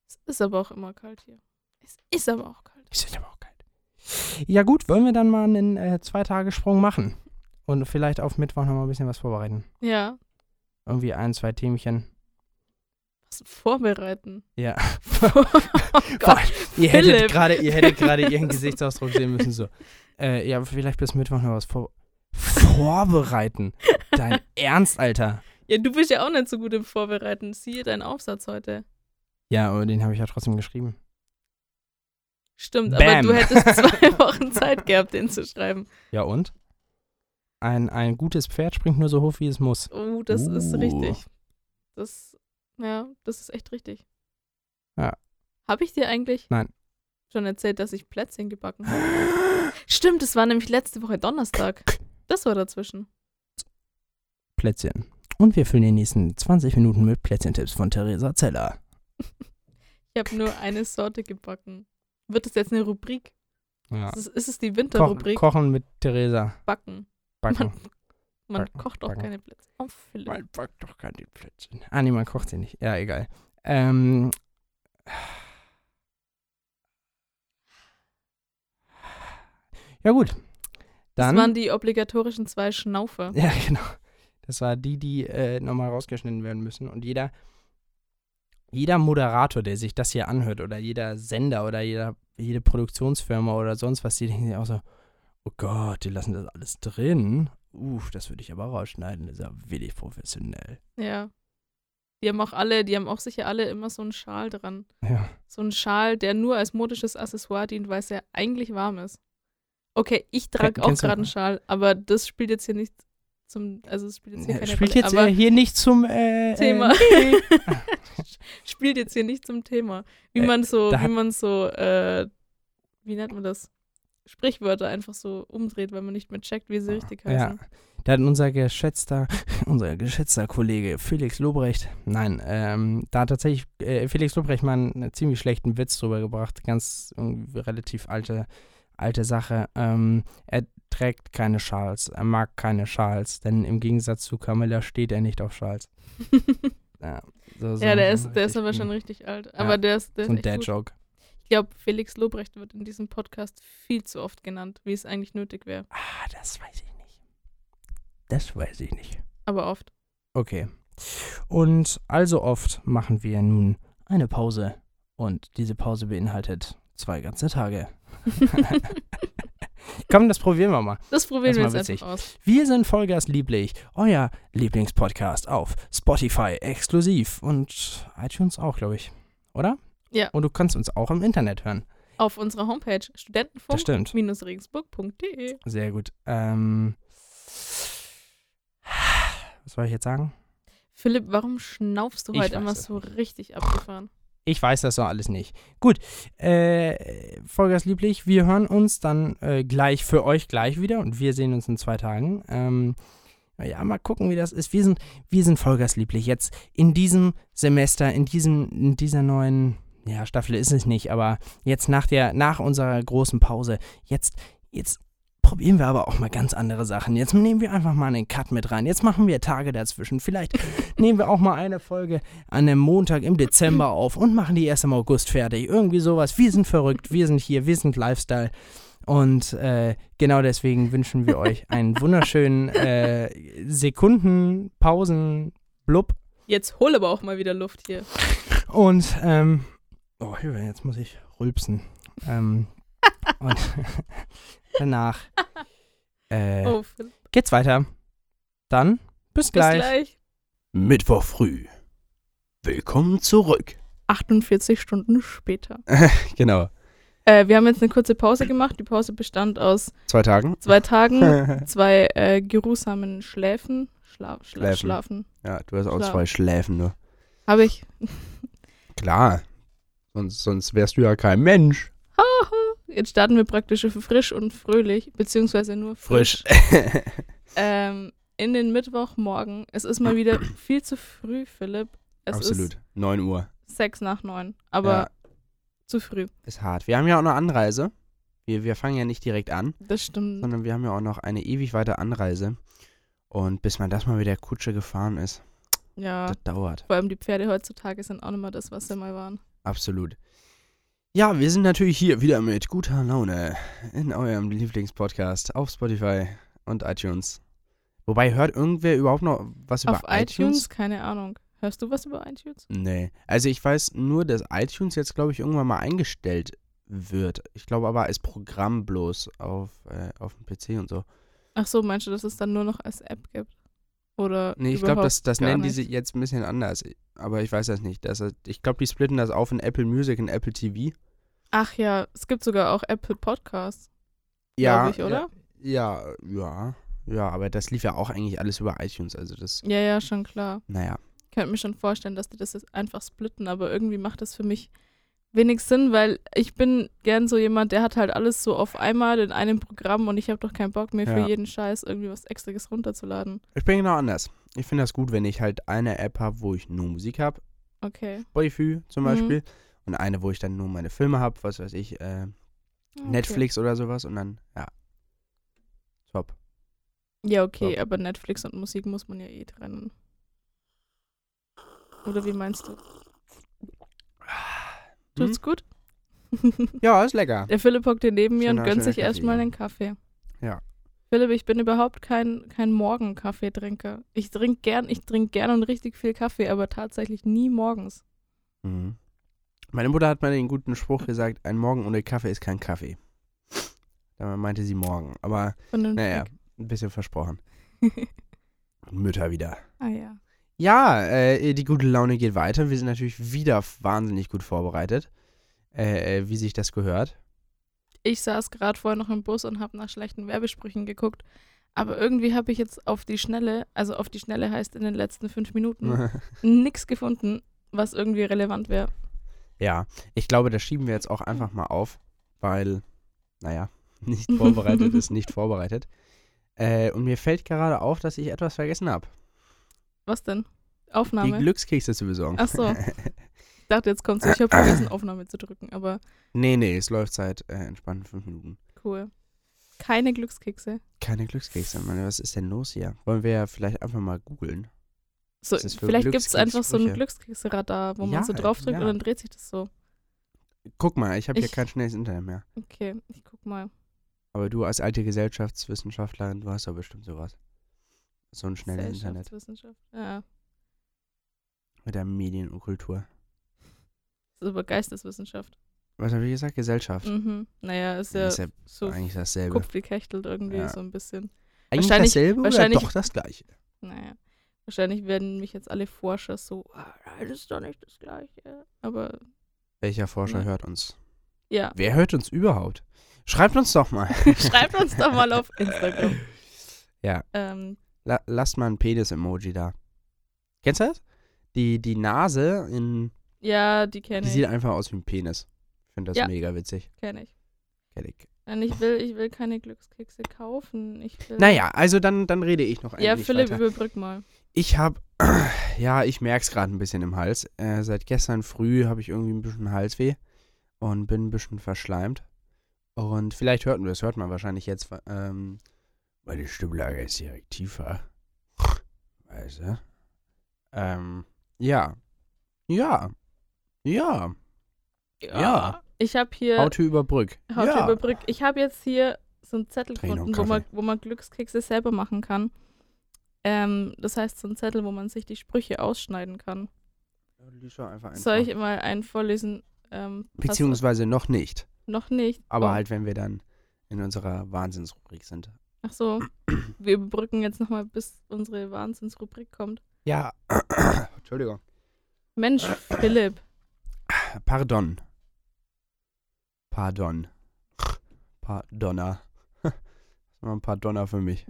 S2: Es ist aber auch immer kalt hier. Es ist aber auch kalt.
S1: Ist jetzt aber auch kalt. Ja gut, wollen wir dann mal einen äh, Zwei-Tage-Sprung machen und vielleicht auf Mittwoch nochmal ein bisschen was vorbereiten.
S2: Ja,
S1: Irgendwie ein, zwei Themchen.
S2: was vorbereiten.
S1: Ja.
S2: oh Gott.
S1: Ihr hättet
S2: Philipp.
S1: gerade, ihr hättet gerade ihren Gesichtsausdruck sehen müssen. So, äh, ja, vielleicht bis Mittwoch noch was vor vorbereiten. Dein Ernst, Alter.
S2: Ja, du bist ja auch nicht so gut im Vorbereiten. Siehe deinen Aufsatz heute.
S1: Ja, aber den habe ich ja trotzdem geschrieben.
S2: Stimmt,
S1: Bam.
S2: aber du hättest zwei Wochen Zeit gehabt, den zu schreiben.
S1: Ja und? Ein, ein gutes Pferd springt nur so hoch, wie es muss.
S2: Oh, das ist
S1: Uh.
S2: richtig. Das, ja, das ist echt richtig.
S1: Ja.
S2: Habe ich dir eigentlich
S1: Nein.
S2: schon erzählt, dass ich Plätzchen gebacken habe? Stimmt, es war nämlich letzte Woche Donnerstag. Das war dazwischen.
S1: Plätzchen. Und wir füllen die nächsten 20 Minuten mit Plätzchentipps von Theresa Zeller.
S2: Ich habe nur eine Sorte gebacken. Wird das jetzt eine Rubrik?
S1: Ja.
S2: Ist, es- ist es die
S1: Koch,
S2: Winterrubrik?
S1: kochen mit Theresa.
S2: Backen.
S1: Backen.
S2: Man
S1: Backen,
S2: kocht auch
S1: backen.
S2: keine Plätzchen. Oh, Philipp.
S1: Man backt doch keine Plätzchen. Ah, nee, man kocht sie nicht. Ja, egal. Ähm. Ja, gut. Dann.
S2: Das waren die obligatorischen zwei Schnaufer.
S1: ja, genau. Das war die, die äh, nochmal rausgeschnitten werden müssen. Und jeder, jeder Moderator, der sich das hier anhört, oder jeder Sender oder jeder, jede Produktionsfirma oder sonst was, die denken sich auch so, oh Gott, die lassen das alles drin. Uff, das würde ich aber rausschneiden. Das ist ja wenig professionell.
S2: Ja. Die haben auch alle, die haben auch sicher alle immer so einen Schal dran.
S1: Ja.
S2: So einen Schal, der nur als modisches Accessoire dient, weil es ja eigentlich warm ist. Okay, ich trage
S1: Ken-
S2: auch
S1: kennst du-
S2: gerade einen Schal, aber das spielt jetzt hier nicht zum, also es spielt jetzt hier
S1: Ja,
S2: keine
S1: spielt
S2: Rolle,
S1: jetzt
S2: aber
S1: äh, hier nicht zum äh, äh,
S2: Thema.
S1: nee.
S2: spielt jetzt hier nicht zum Thema. Wie
S1: Äh,
S2: man so,
S1: da
S2: wie
S1: hat-
S2: man so, äh, wie nennt man das? Sprichwörter einfach so umdreht, weil man nicht mehr checkt, wie sie richtig
S1: ja.
S2: heißen.
S1: Da hat unser geschätzter, unser geschätzter Kollege Felix Lobrecht, nein, ähm, da hat tatsächlich äh, Felix Lobrecht mal einen, äh, ziemlich schlechten Witz drüber gebracht, ganz irgendwie relativ alte, alte Sache. Ähm, er trägt keine Schals, er mag keine Schals, denn im Gegensatz zu Camilla steht er nicht auf Schals.
S2: Ja,
S1: Ja, so, so,
S2: der
S1: so
S2: ist, der ist
S1: richtig
S2: aber
S1: ein-
S2: schon richtig alt. Aber der ist, der
S1: so
S2: ist
S1: ein
S2: echt gut.
S1: Dad-Joke.
S2: Ich glaube, Felix Lobrecht wird in diesem Podcast viel zu oft genannt, wie es eigentlich nötig wäre.
S1: Ah, das weiß ich nicht. Das weiß ich nicht.
S2: Aber oft.
S1: Okay. Und also oft machen wir nun eine Pause. Und diese Pause beinhaltet zwei ganze Tage. Komm, das probieren wir mal.
S2: das probieren
S1: Das
S2: wir
S1: war
S2: jetzt
S1: witzig.
S2: einfach aus.
S1: Wir sind Vollgas lieblich, euer Lieblingspodcast auf Spotify exklusiv und iTunes auch, glaube ich. Oder?
S2: Ja.
S1: Und du kannst uns auch im Internet hören.
S2: Auf unserer Homepage Oh.
S1: Das stimmt.
S2: studentenfunk-regensburg.de.
S1: Sehr gut. Ähm, was soll ich jetzt sagen?
S2: Philipp, warum schnaufst du
S1: Ich
S2: heute
S1: weiß
S2: immer
S1: es
S2: so richtig abgefahren?
S1: Ich weiß das doch alles nicht. Gut, äh, Vollgas lieblich, wir hören uns dann äh, gleich für euch gleich wieder und wir sehen uns in zwei Tagen. Ähm, ja, mal gucken, wie das ist. Wir sind, wir sind Vollgas lieblich jetzt in diesem Semester, in, diesem, in dieser neuen ja, Staffel ist es nicht, aber jetzt nach, der, nach unserer großen Pause, jetzt, jetzt probieren wir aber auch mal ganz andere Sachen. Jetzt nehmen wir einfach mal einen Cut mit rein. Jetzt machen wir Tage dazwischen. Vielleicht nehmen wir auch mal eine Folge an einem Montag im Dezember auf und machen die erst im August fertig. Irgendwie sowas. Wir sind verrückt, wir sind hier, wir sind Lifestyle. Und äh, genau deswegen wünschen wir euch einen wunderschönen äh, Sekunden, Pausen, Blub.
S2: Jetzt hol aber auch mal wieder Luft hier.
S1: Und, ähm, oh, Hilfe, jetzt muss ich rülpsen. Ähm, und danach äh,
S2: Oh, Phil.
S1: geht's weiter. Dann bis
S2: Bis
S1: gleich.
S2: gleich.
S3: Mittwoch früh. Willkommen zurück.
S2: 48 Stunden später.
S3: Genau,
S2: Äh, wir haben jetzt eine kurze Pause gemacht. Die Pause bestand aus
S3: zwei Tagen.
S2: zwei Tagen, zwei äh, geruhsamen Schläfen. Schla Schla
S3: Schläfen.
S2: Schlafen.
S3: Ja, du hast auch
S2: Klar.
S3: zwei Schläfen nur.
S2: Habe ich.
S3: Klar. Sonst, sonst wärst du ja kein Mensch.
S2: Jetzt starten wir praktisch für frisch und fröhlich, beziehungsweise nur Ähm, in den Mittwochmorgen. Es ist mal wieder viel zu früh, Philipp. Es
S3: Absolut. 9 Uhr.
S2: ist sechs nach neun, aber
S3: ja,
S2: zu früh.
S3: ist hart. Wir haben ja auch noch Anreise. Wir, wir fangen ja nicht direkt an,
S2: Das stimmt.
S3: sondern wir haben ja auch noch eine ewig weite Anreise. Und bis man das mal mit der Kutsche gefahren ist,
S2: Ja.
S3: das dauert.
S2: Vor allem die Pferde heutzutage sind auch nicht mehr das, was sie mal waren.
S3: Absolut. Ja, wir sind natürlich hier wieder mit guter Laune in eurem Lieblingspodcast auf Spotify und iTunes. Wobei, hört irgendwer überhaupt noch was über
S2: Auf iTunes? Keine Ahnung. Hörst du was über iTunes?
S3: Nee. Also ich weiß nur, dass iTunes jetzt, glaube ich, irgendwann mal eingestellt wird. Ich glaube aber als Programm bloß auf, äh, auf dem PC und so.
S2: Ach so, meinst du, dass es dann nur noch als App gibt? Oder
S3: Nee, ich glaube,
S2: überhaupt
S3: das, das
S2: gar
S3: nennen die
S2: nicht?
S3: sie jetzt ein bisschen anders. Aber ich weiß das nicht. Das, ist- ich glaube, die splitten das auf in Apple Music und Apple TV.
S2: Ach ja, es gibt sogar auch Apple Podcasts,
S3: Ja.
S2: glaube ich, oder?
S3: Ja, ja, ja. Aber das lief ja auch eigentlich alles über iTunes. Also das,
S2: Ja, ja, schon klar.
S3: naja.
S2: Ich könnte mir schon vorstellen, dass die das jetzt einfach splitten, aber irgendwie macht das für mich wenig Sinn, weil ich bin gern so jemand, der hat halt alles so auf einmal in einem Programm und ich habe doch keinen Bock mehr für
S3: Ja.
S2: jeden Scheiß irgendwie was Extras runterzuladen.
S3: Ich bin genau anders. Ich finde das gut, wenn ich halt eine App habe, wo ich nur Musik habe.
S2: Okay.
S3: Spotify zum
S2: Mhm.
S3: Beispiel. Und eine, wo ich dann nur meine Filme habe. Was weiß ich, äh,
S2: okay.
S3: Netflix oder sowas und dann, ja. Top.
S2: Ja, okay,
S3: Top.
S2: aber Netflix und Musik muss man ja eh trennen. Oder wie meinst du?
S3: Ah, hm?
S2: Tut's gut?
S3: Ja, ist lecker.
S2: Der Philipp hockt hier neben mir
S3: Schöner-
S2: und gönnt
S3: schöner
S2: sich erstmal einen Kaffee.
S3: Ja.
S2: Philipp, ich bin überhaupt kein, kein Morgenkaffeetrinker. Ich trinke gern, ich trinke gern und richtig viel Kaffee, aber tatsächlich nie morgens.
S3: Mhm. Meine Mutter hat mal den guten Spruch gesagt, ein Morgen ohne Kaffee ist kein Kaffee. Dabei meinte sie morgen, aber
S2: Vernünftig.
S3: naja, ein bisschen versprochen. Mütter wieder.
S2: ah ja.
S3: Ja, äh, die gute Laune geht weiter. Wir sind natürlich wieder wahnsinnig gut vorbereitet, äh, äh, wie sich das gehört.
S2: Ich saß gerade vorher noch im Bus und habe nach schlechten Werbesprüchen geguckt. Aber irgendwie habe ich jetzt auf die Schnelle, also auf die Schnelle heißt in den letzten fünf Minuten, nichts gefunden, was irgendwie relevant wäre.
S3: Ja, ich glaube, das schieben wir jetzt auch einfach mal auf, weil, naja, nicht vorbereitet ist nicht vorbereitet. Äh, und mir fällt gerade auf, dass ich etwas vergessen habe.
S2: Was denn?
S3: Die
S2: Aufnahme?
S3: Glückskekse zu besorgen.
S2: Ach so. Ich dachte, jetzt kommt so, ich habe vergessen, Aufnahme zu drücken, aber
S3: Nee, nee, es läuft seit äh, entspannten fünf Minuten.
S2: cool. Keine Glückskekse.
S3: Keine Glückskekse, Mann, was ist denn los hier? Wollen wir ja vielleicht einfach mal googeln.
S2: So,
S3: Das ist für
S2: vielleicht gibt es einfach so ein
S3: Glückskekssprüche.
S2: Glückskeksradar, wo
S3: Ja,
S2: man so draufdrückt
S3: ja.
S2: und dann dreht sich das so.
S3: Guck mal, ich habe hier
S2: Ich-
S3: kein schnelles Internet mehr.
S2: Okay, ich guck mal.
S3: Aber du als alte Gesellschaftswissenschaftlerin, du hast doch bestimmt sowas. So ein schnelles Internet
S2: Gesellschaftswissenschaft. Ja,
S3: mit der Medien und Kultur.
S2: das ist aber Geisteswissenschaft.
S3: Was habe ich gesagt? Gesellschaft.
S2: Mhm. Naja, ist ja,
S3: Das ist ja
S2: so
S3: eigentlich dasselbe.
S2: kupfgekechtelt irgendwie
S3: Ja.
S2: so ein bisschen.
S3: Eigentlich
S2: Wahrscheinlich-
S3: dasselbe
S2: wahrscheinlich-
S3: oder doch das gleiche?
S2: Naja, wahrscheinlich werden mich jetzt alle Forscher so, ah, das ist doch nicht das Gleiche. Aber
S3: Welcher Forscher
S2: Ja.
S3: hört uns?
S2: ja,
S3: Wer hört uns überhaupt? Schreibt uns doch mal.
S2: schreibt uns doch mal auf Instagram.
S3: Ja.
S2: Ähm,
S3: La lasst mal ein Penis-Emoji da. Kennst du das? Die, die Nase, in,
S2: ja, die kenne
S3: die sieht
S2: ich.
S3: einfach aus wie ein Penis. Ich finde das
S2: Ja.
S3: mega witzig.
S2: Kenn ich.
S3: Kenn ich.
S2: Nein, ich will, ich will keine Glückskekse kaufen. Ich will
S3: Naja, also dann, dann rede ich noch ein
S2: Ja,
S3: wenig
S2: Philipp,
S3: weiter.
S2: überbrück mal.
S3: Ich habe, ja, ich merke es gerade ein bisschen im Hals. Äh, seit gestern früh habe ich irgendwie ein bisschen Halsweh und bin ein bisschen verschleimt. Und vielleicht hörten wir das, hört man wahrscheinlich jetzt, ähm, weil die Stimmlage ist direkt tiefer. Weißt du? Ähm, ja. Ja. Ja. Ja.
S2: Ich habe hier
S3: How to überbrück.
S2: Haut
S3: ja.
S2: über Brück. Ich habe jetzt hier so einen Zettel
S3: Tränen und
S2: gefunden, wo man,
S3: Kaffee.
S2: wo man Glückskekse selber machen kann. Ähm, das heißt, so ein Zettel, wo man sich die Sprüche ausschneiden kann.
S3: Lisa einfach ein
S2: Soll
S3: Tor.
S2: ich mal einen vorlesen? Ähm, pass auf.
S3: Beziehungsweise noch nicht.
S2: Noch nicht. Oh.
S3: Aber halt, wenn wir dann in unserer Wahnsinnsrubrik sind.
S2: Ach so. Wir überbrücken jetzt nochmal, bis unsere Wahnsinnsrubrik kommt.
S3: Ja. Entschuldigung.
S2: Mensch, Philipp.
S3: Pardon. Pardon. Pardonna. Das war ein Pardonna für mich.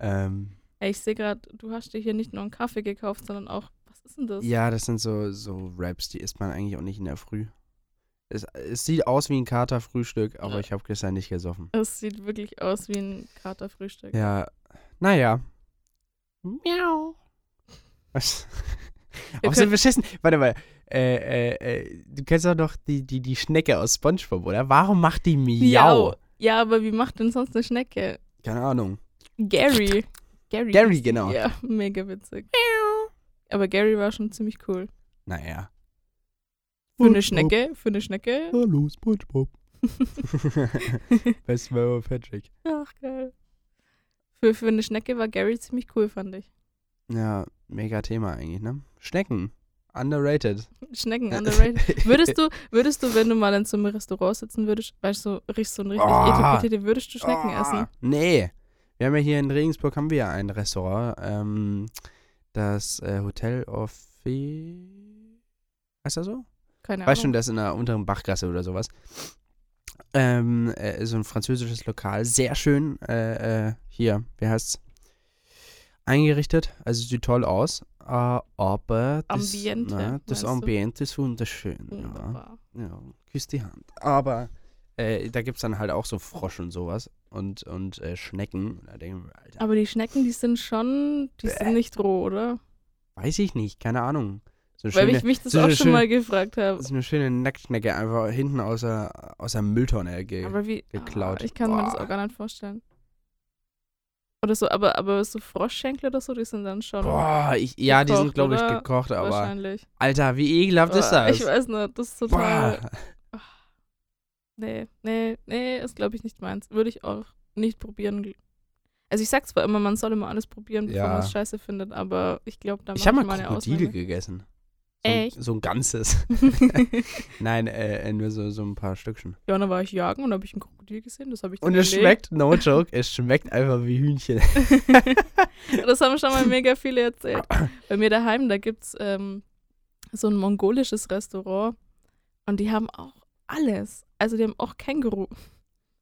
S3: Ähm,
S2: Ey, ich sehe gerade, du hast dir hier nicht nur einen Kaffee gekauft, sondern auch, was ist denn das?
S3: ja, das sind so, so Raps, die isst man eigentlich auch nicht in der Früh. Es, es sieht aus wie ein Katerfrühstück, aber
S2: Ja.
S3: ich habe gestern nicht gesoffen.
S2: Es sieht wirklich aus wie ein Katerfrühstück.
S3: Ja, naja. Miau. Was?
S2: Wir
S3: Auch so
S2: können-
S3: beschissen. Warte mal. Äh, äh, äh, du kennst doch noch die, die, die Schnecke aus Spongebob, oder? Warum macht die Miau?
S2: Miau. Ja, aber wie macht denn sonst eine Schnecke?
S3: Keine Ahnung.
S2: Gary. Gary.
S3: Gary,
S2: ist-
S3: genau.
S2: Ja, mega witzig. Aber Gary war schon ziemlich cool.
S3: Naja. Oh,
S2: Für eine Schnecke, für eine Schnecke.
S3: Hallo, Spongebob. Best Memo Patrick.
S2: Ach, geil. Für, für eine Schnecke war Gary ziemlich cool, fand ich.
S3: Ja, mega Thema eigentlich, ne? Schnecken. Underrated.
S2: Schnecken underrated. Würdest du, würdest du, wenn du mal in so einem Restaurant sitzen würdest, weißt du, riechst so ein richtig
S3: Oh.
S2: etikettierte, würdest du Schnecken
S3: Ah,
S2: essen?
S3: Nee. Wir haben ja hier in Regensburg haben wir ja ein Restaurant. Ähm, das äh, Hotel of Fe- Heißt das so?
S2: Keine
S3: Weißt schon,
S2: Ahnung.
S3: das in der unteren Bachgasse oder sowas. Ähm, äh, so ein französisches Lokal. Sehr schön. Äh, äh, hier, wie heißt's? Eingerichtet. Also sieht toll aus. Äh, aber das,
S2: Ambiente,
S3: ne,
S2: meinst
S3: das
S2: du?
S3: Ambiente ist wunderschön. Ja.
S2: Wunderbar.
S3: Ja, küsst die Hand. Aber äh, da gibt es dann halt auch so Frosch und sowas und, und äh, Schnecken. Da denken wir, Alter,
S2: Aber die Schnecken, die sind schon, die sind nicht roh, oder?
S3: weiß ich nicht, keine Ahnung. So eine
S2: Weil
S3: schöne,
S2: ich mich das
S3: so
S2: auch
S3: eine
S2: schon
S3: schöne-
S2: mal gefragt habe.
S3: so eine schöne Nacktschnecke einfach hinten aus der, aus der Mülltonne ge
S2: Aber wie,
S3: geklaut.
S2: Ah, ich kann mir das
S3: Boah.
S2: auch gar nicht vorstellen. Oder so, aber, aber so Froschschenkel oder so, die sind dann schon
S3: Boah, ich, ja, die sind,
S2: Gekocht,
S3: glaube ich,
S2: oder?
S3: gekocht, aber.
S2: wahrscheinlich.
S3: Alter, wie ekelhaft ist
S2: Boah,
S3: das?
S2: Ich weiß nicht, das ist total.
S3: Boah.
S2: Nee, nee, nee, ist glaube ich nicht meins. Würde ich auch nicht probieren. gl- Also ich sag zwar immer, man soll immer alles probieren, bevor
S3: Ja.
S2: man es scheiße findet, aber ich glaube, da
S3: Ich habe
S2: mache
S3: mal
S2: ich meine
S3: Krokodile
S2: Ausnahme.
S3: gegessen. So, ein-
S2: Echt?
S3: So ein ganzes. Nein, äh, nur so, so ein paar Stückchen.
S2: ja, und dann war ich jagen und da habe ich ein Krokodil gesehen, das habe ich dann
S3: Und es
S2: erlegt.
S3: schmeckt, no joke, es schmeckt einfach wie Hühnchen.
S2: Das haben schon mal mega viele erzählt. Bei mir daheim, da gibt es ähm, so ein mongolisches Restaurant und die haben auch alles. Also die haben auch Känguru.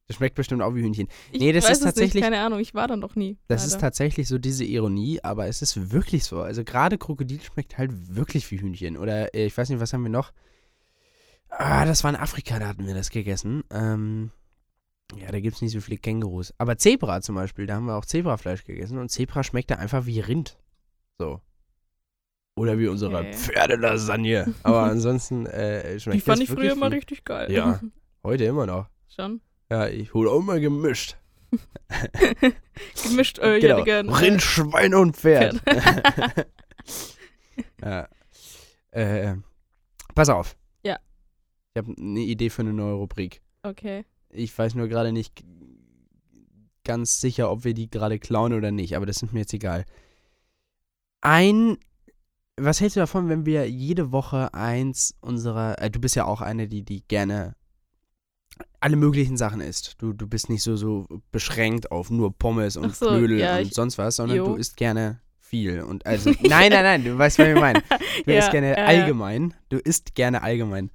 S3: Das schmeckt bestimmt auch wie Hühnchen.
S2: Ich
S3: Nee, das
S2: weiß
S3: ist
S2: es
S3: tatsächlich-
S2: Nicht, keine Ahnung, ich war da noch nie.
S3: Das ist
S2: leider.
S3: tatsächlich so diese Ironie, aber es ist wirklich so. Also gerade Krokodil schmeckt halt wirklich wie Hühnchen. Oder äh, ich weiß nicht, was haben wir noch? Ah, das war in Afrika, da hatten wir das gegessen. Ähm, ja, da gibt es nicht so viele Kängurus. Aber Zebra zum Beispiel, da haben wir auch Zebrafleisch gegessen und Zebra schmeckt da einfach wie Rind. So. Oder wie unsere
S2: Okay.
S3: Pferdelasagne. Aber ansonsten äh, schmeckt
S2: Äh. die fand
S3: das
S2: ich
S3: wirklich
S2: früher immer
S3: wie-
S2: richtig geil.
S3: Ja. Heute immer noch.
S2: Schon.
S3: Ja, ich hole auch mal gemischt.
S2: Gemischt, äh, ja,
S3: genau.
S2: Digga.
S3: Rind, Schwein und Pferd. ja. äh, pass auf.
S2: Ja.
S3: Ich habe eine Idee für eine neue Rubrik.
S2: Okay.
S3: Ich weiß nur gerade nicht g- ganz sicher, ob wir die gerade klauen oder nicht, aber das ist mir jetzt egal. Ein. Was hältst du davon, wenn wir jede Woche eins unserer. Äh, du bist ja auch eine, die, die gerne alle möglichen Sachen isst. Du, du bist nicht so, so beschränkt auf nur Pommes und
S2: Ach so,
S3: Knödel
S2: ja,
S3: und
S2: ich-
S3: sonst was, sondern
S2: jo.
S3: du isst gerne viel. Und also. Nein, nein, nein, du weißt, was ich meine. Du isst gerne
S2: ja, ja.
S3: allgemein. Du isst gerne allgemein.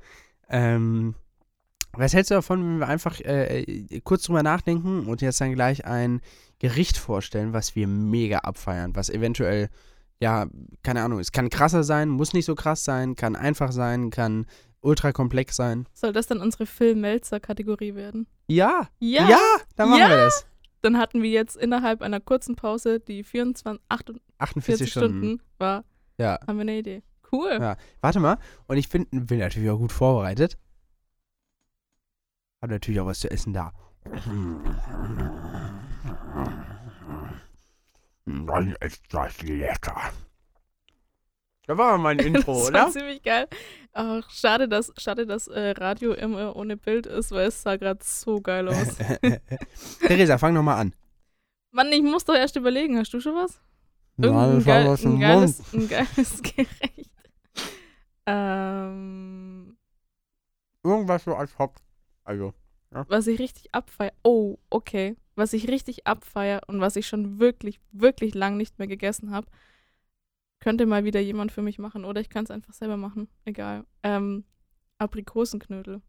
S3: Ähm, was hältst du davon, wenn wir einfach äh, kurz drüber nachdenken und jetzt dann gleich ein Gericht vorstellen, was wir mega abfeiern, was eventuell, ja, keine Ahnung, es kann krasser sein, muss nicht so krass sein, kann einfach sein, kann ultra komplex sein.
S2: Soll das dann unsere Phil-Melzer-Kategorie werden?
S3: Ja, ja,
S2: Ja.
S3: dann machen
S2: Ja.
S3: wir das.
S2: Dann hatten wir jetzt innerhalb einer kurzen Pause, die 24, 48
S3: 48
S2: Stunden,
S3: Stunden.
S2: war,
S3: Ja.
S2: haben wir eine Idee. Cool.
S3: Ja. Warte mal, und ich bin, bin natürlich auch gut vorbereitet. Hab natürlich auch was zu essen da. Dann ist das lecker. Da war mein Intro,
S2: das war
S3: oder?
S2: ziemlich geil. Auch schade, dass, schade, dass äh, Radio immer ohne Bild ist, weil es sah gerade so geil aus.
S3: Theresa, fang nochmal an.
S2: Mann, ich muss doch erst überlegen. Hast du schon was?
S3: Nein, das war
S2: geil-
S3: was
S2: ein
S3: im Mund.
S2: geiles, ein geiles Gericht. Ähm,
S3: Irgendwas so als Haupt. Also.
S2: was ich richtig abfeier. Oh, okay. Was ich richtig abfeier und was ich schon wirklich, wirklich lang nicht mehr gegessen habe, könnte mal wieder jemand für mich machen. Oder ich kann es einfach selber machen. Egal. Ähm, Aprikosenknödel.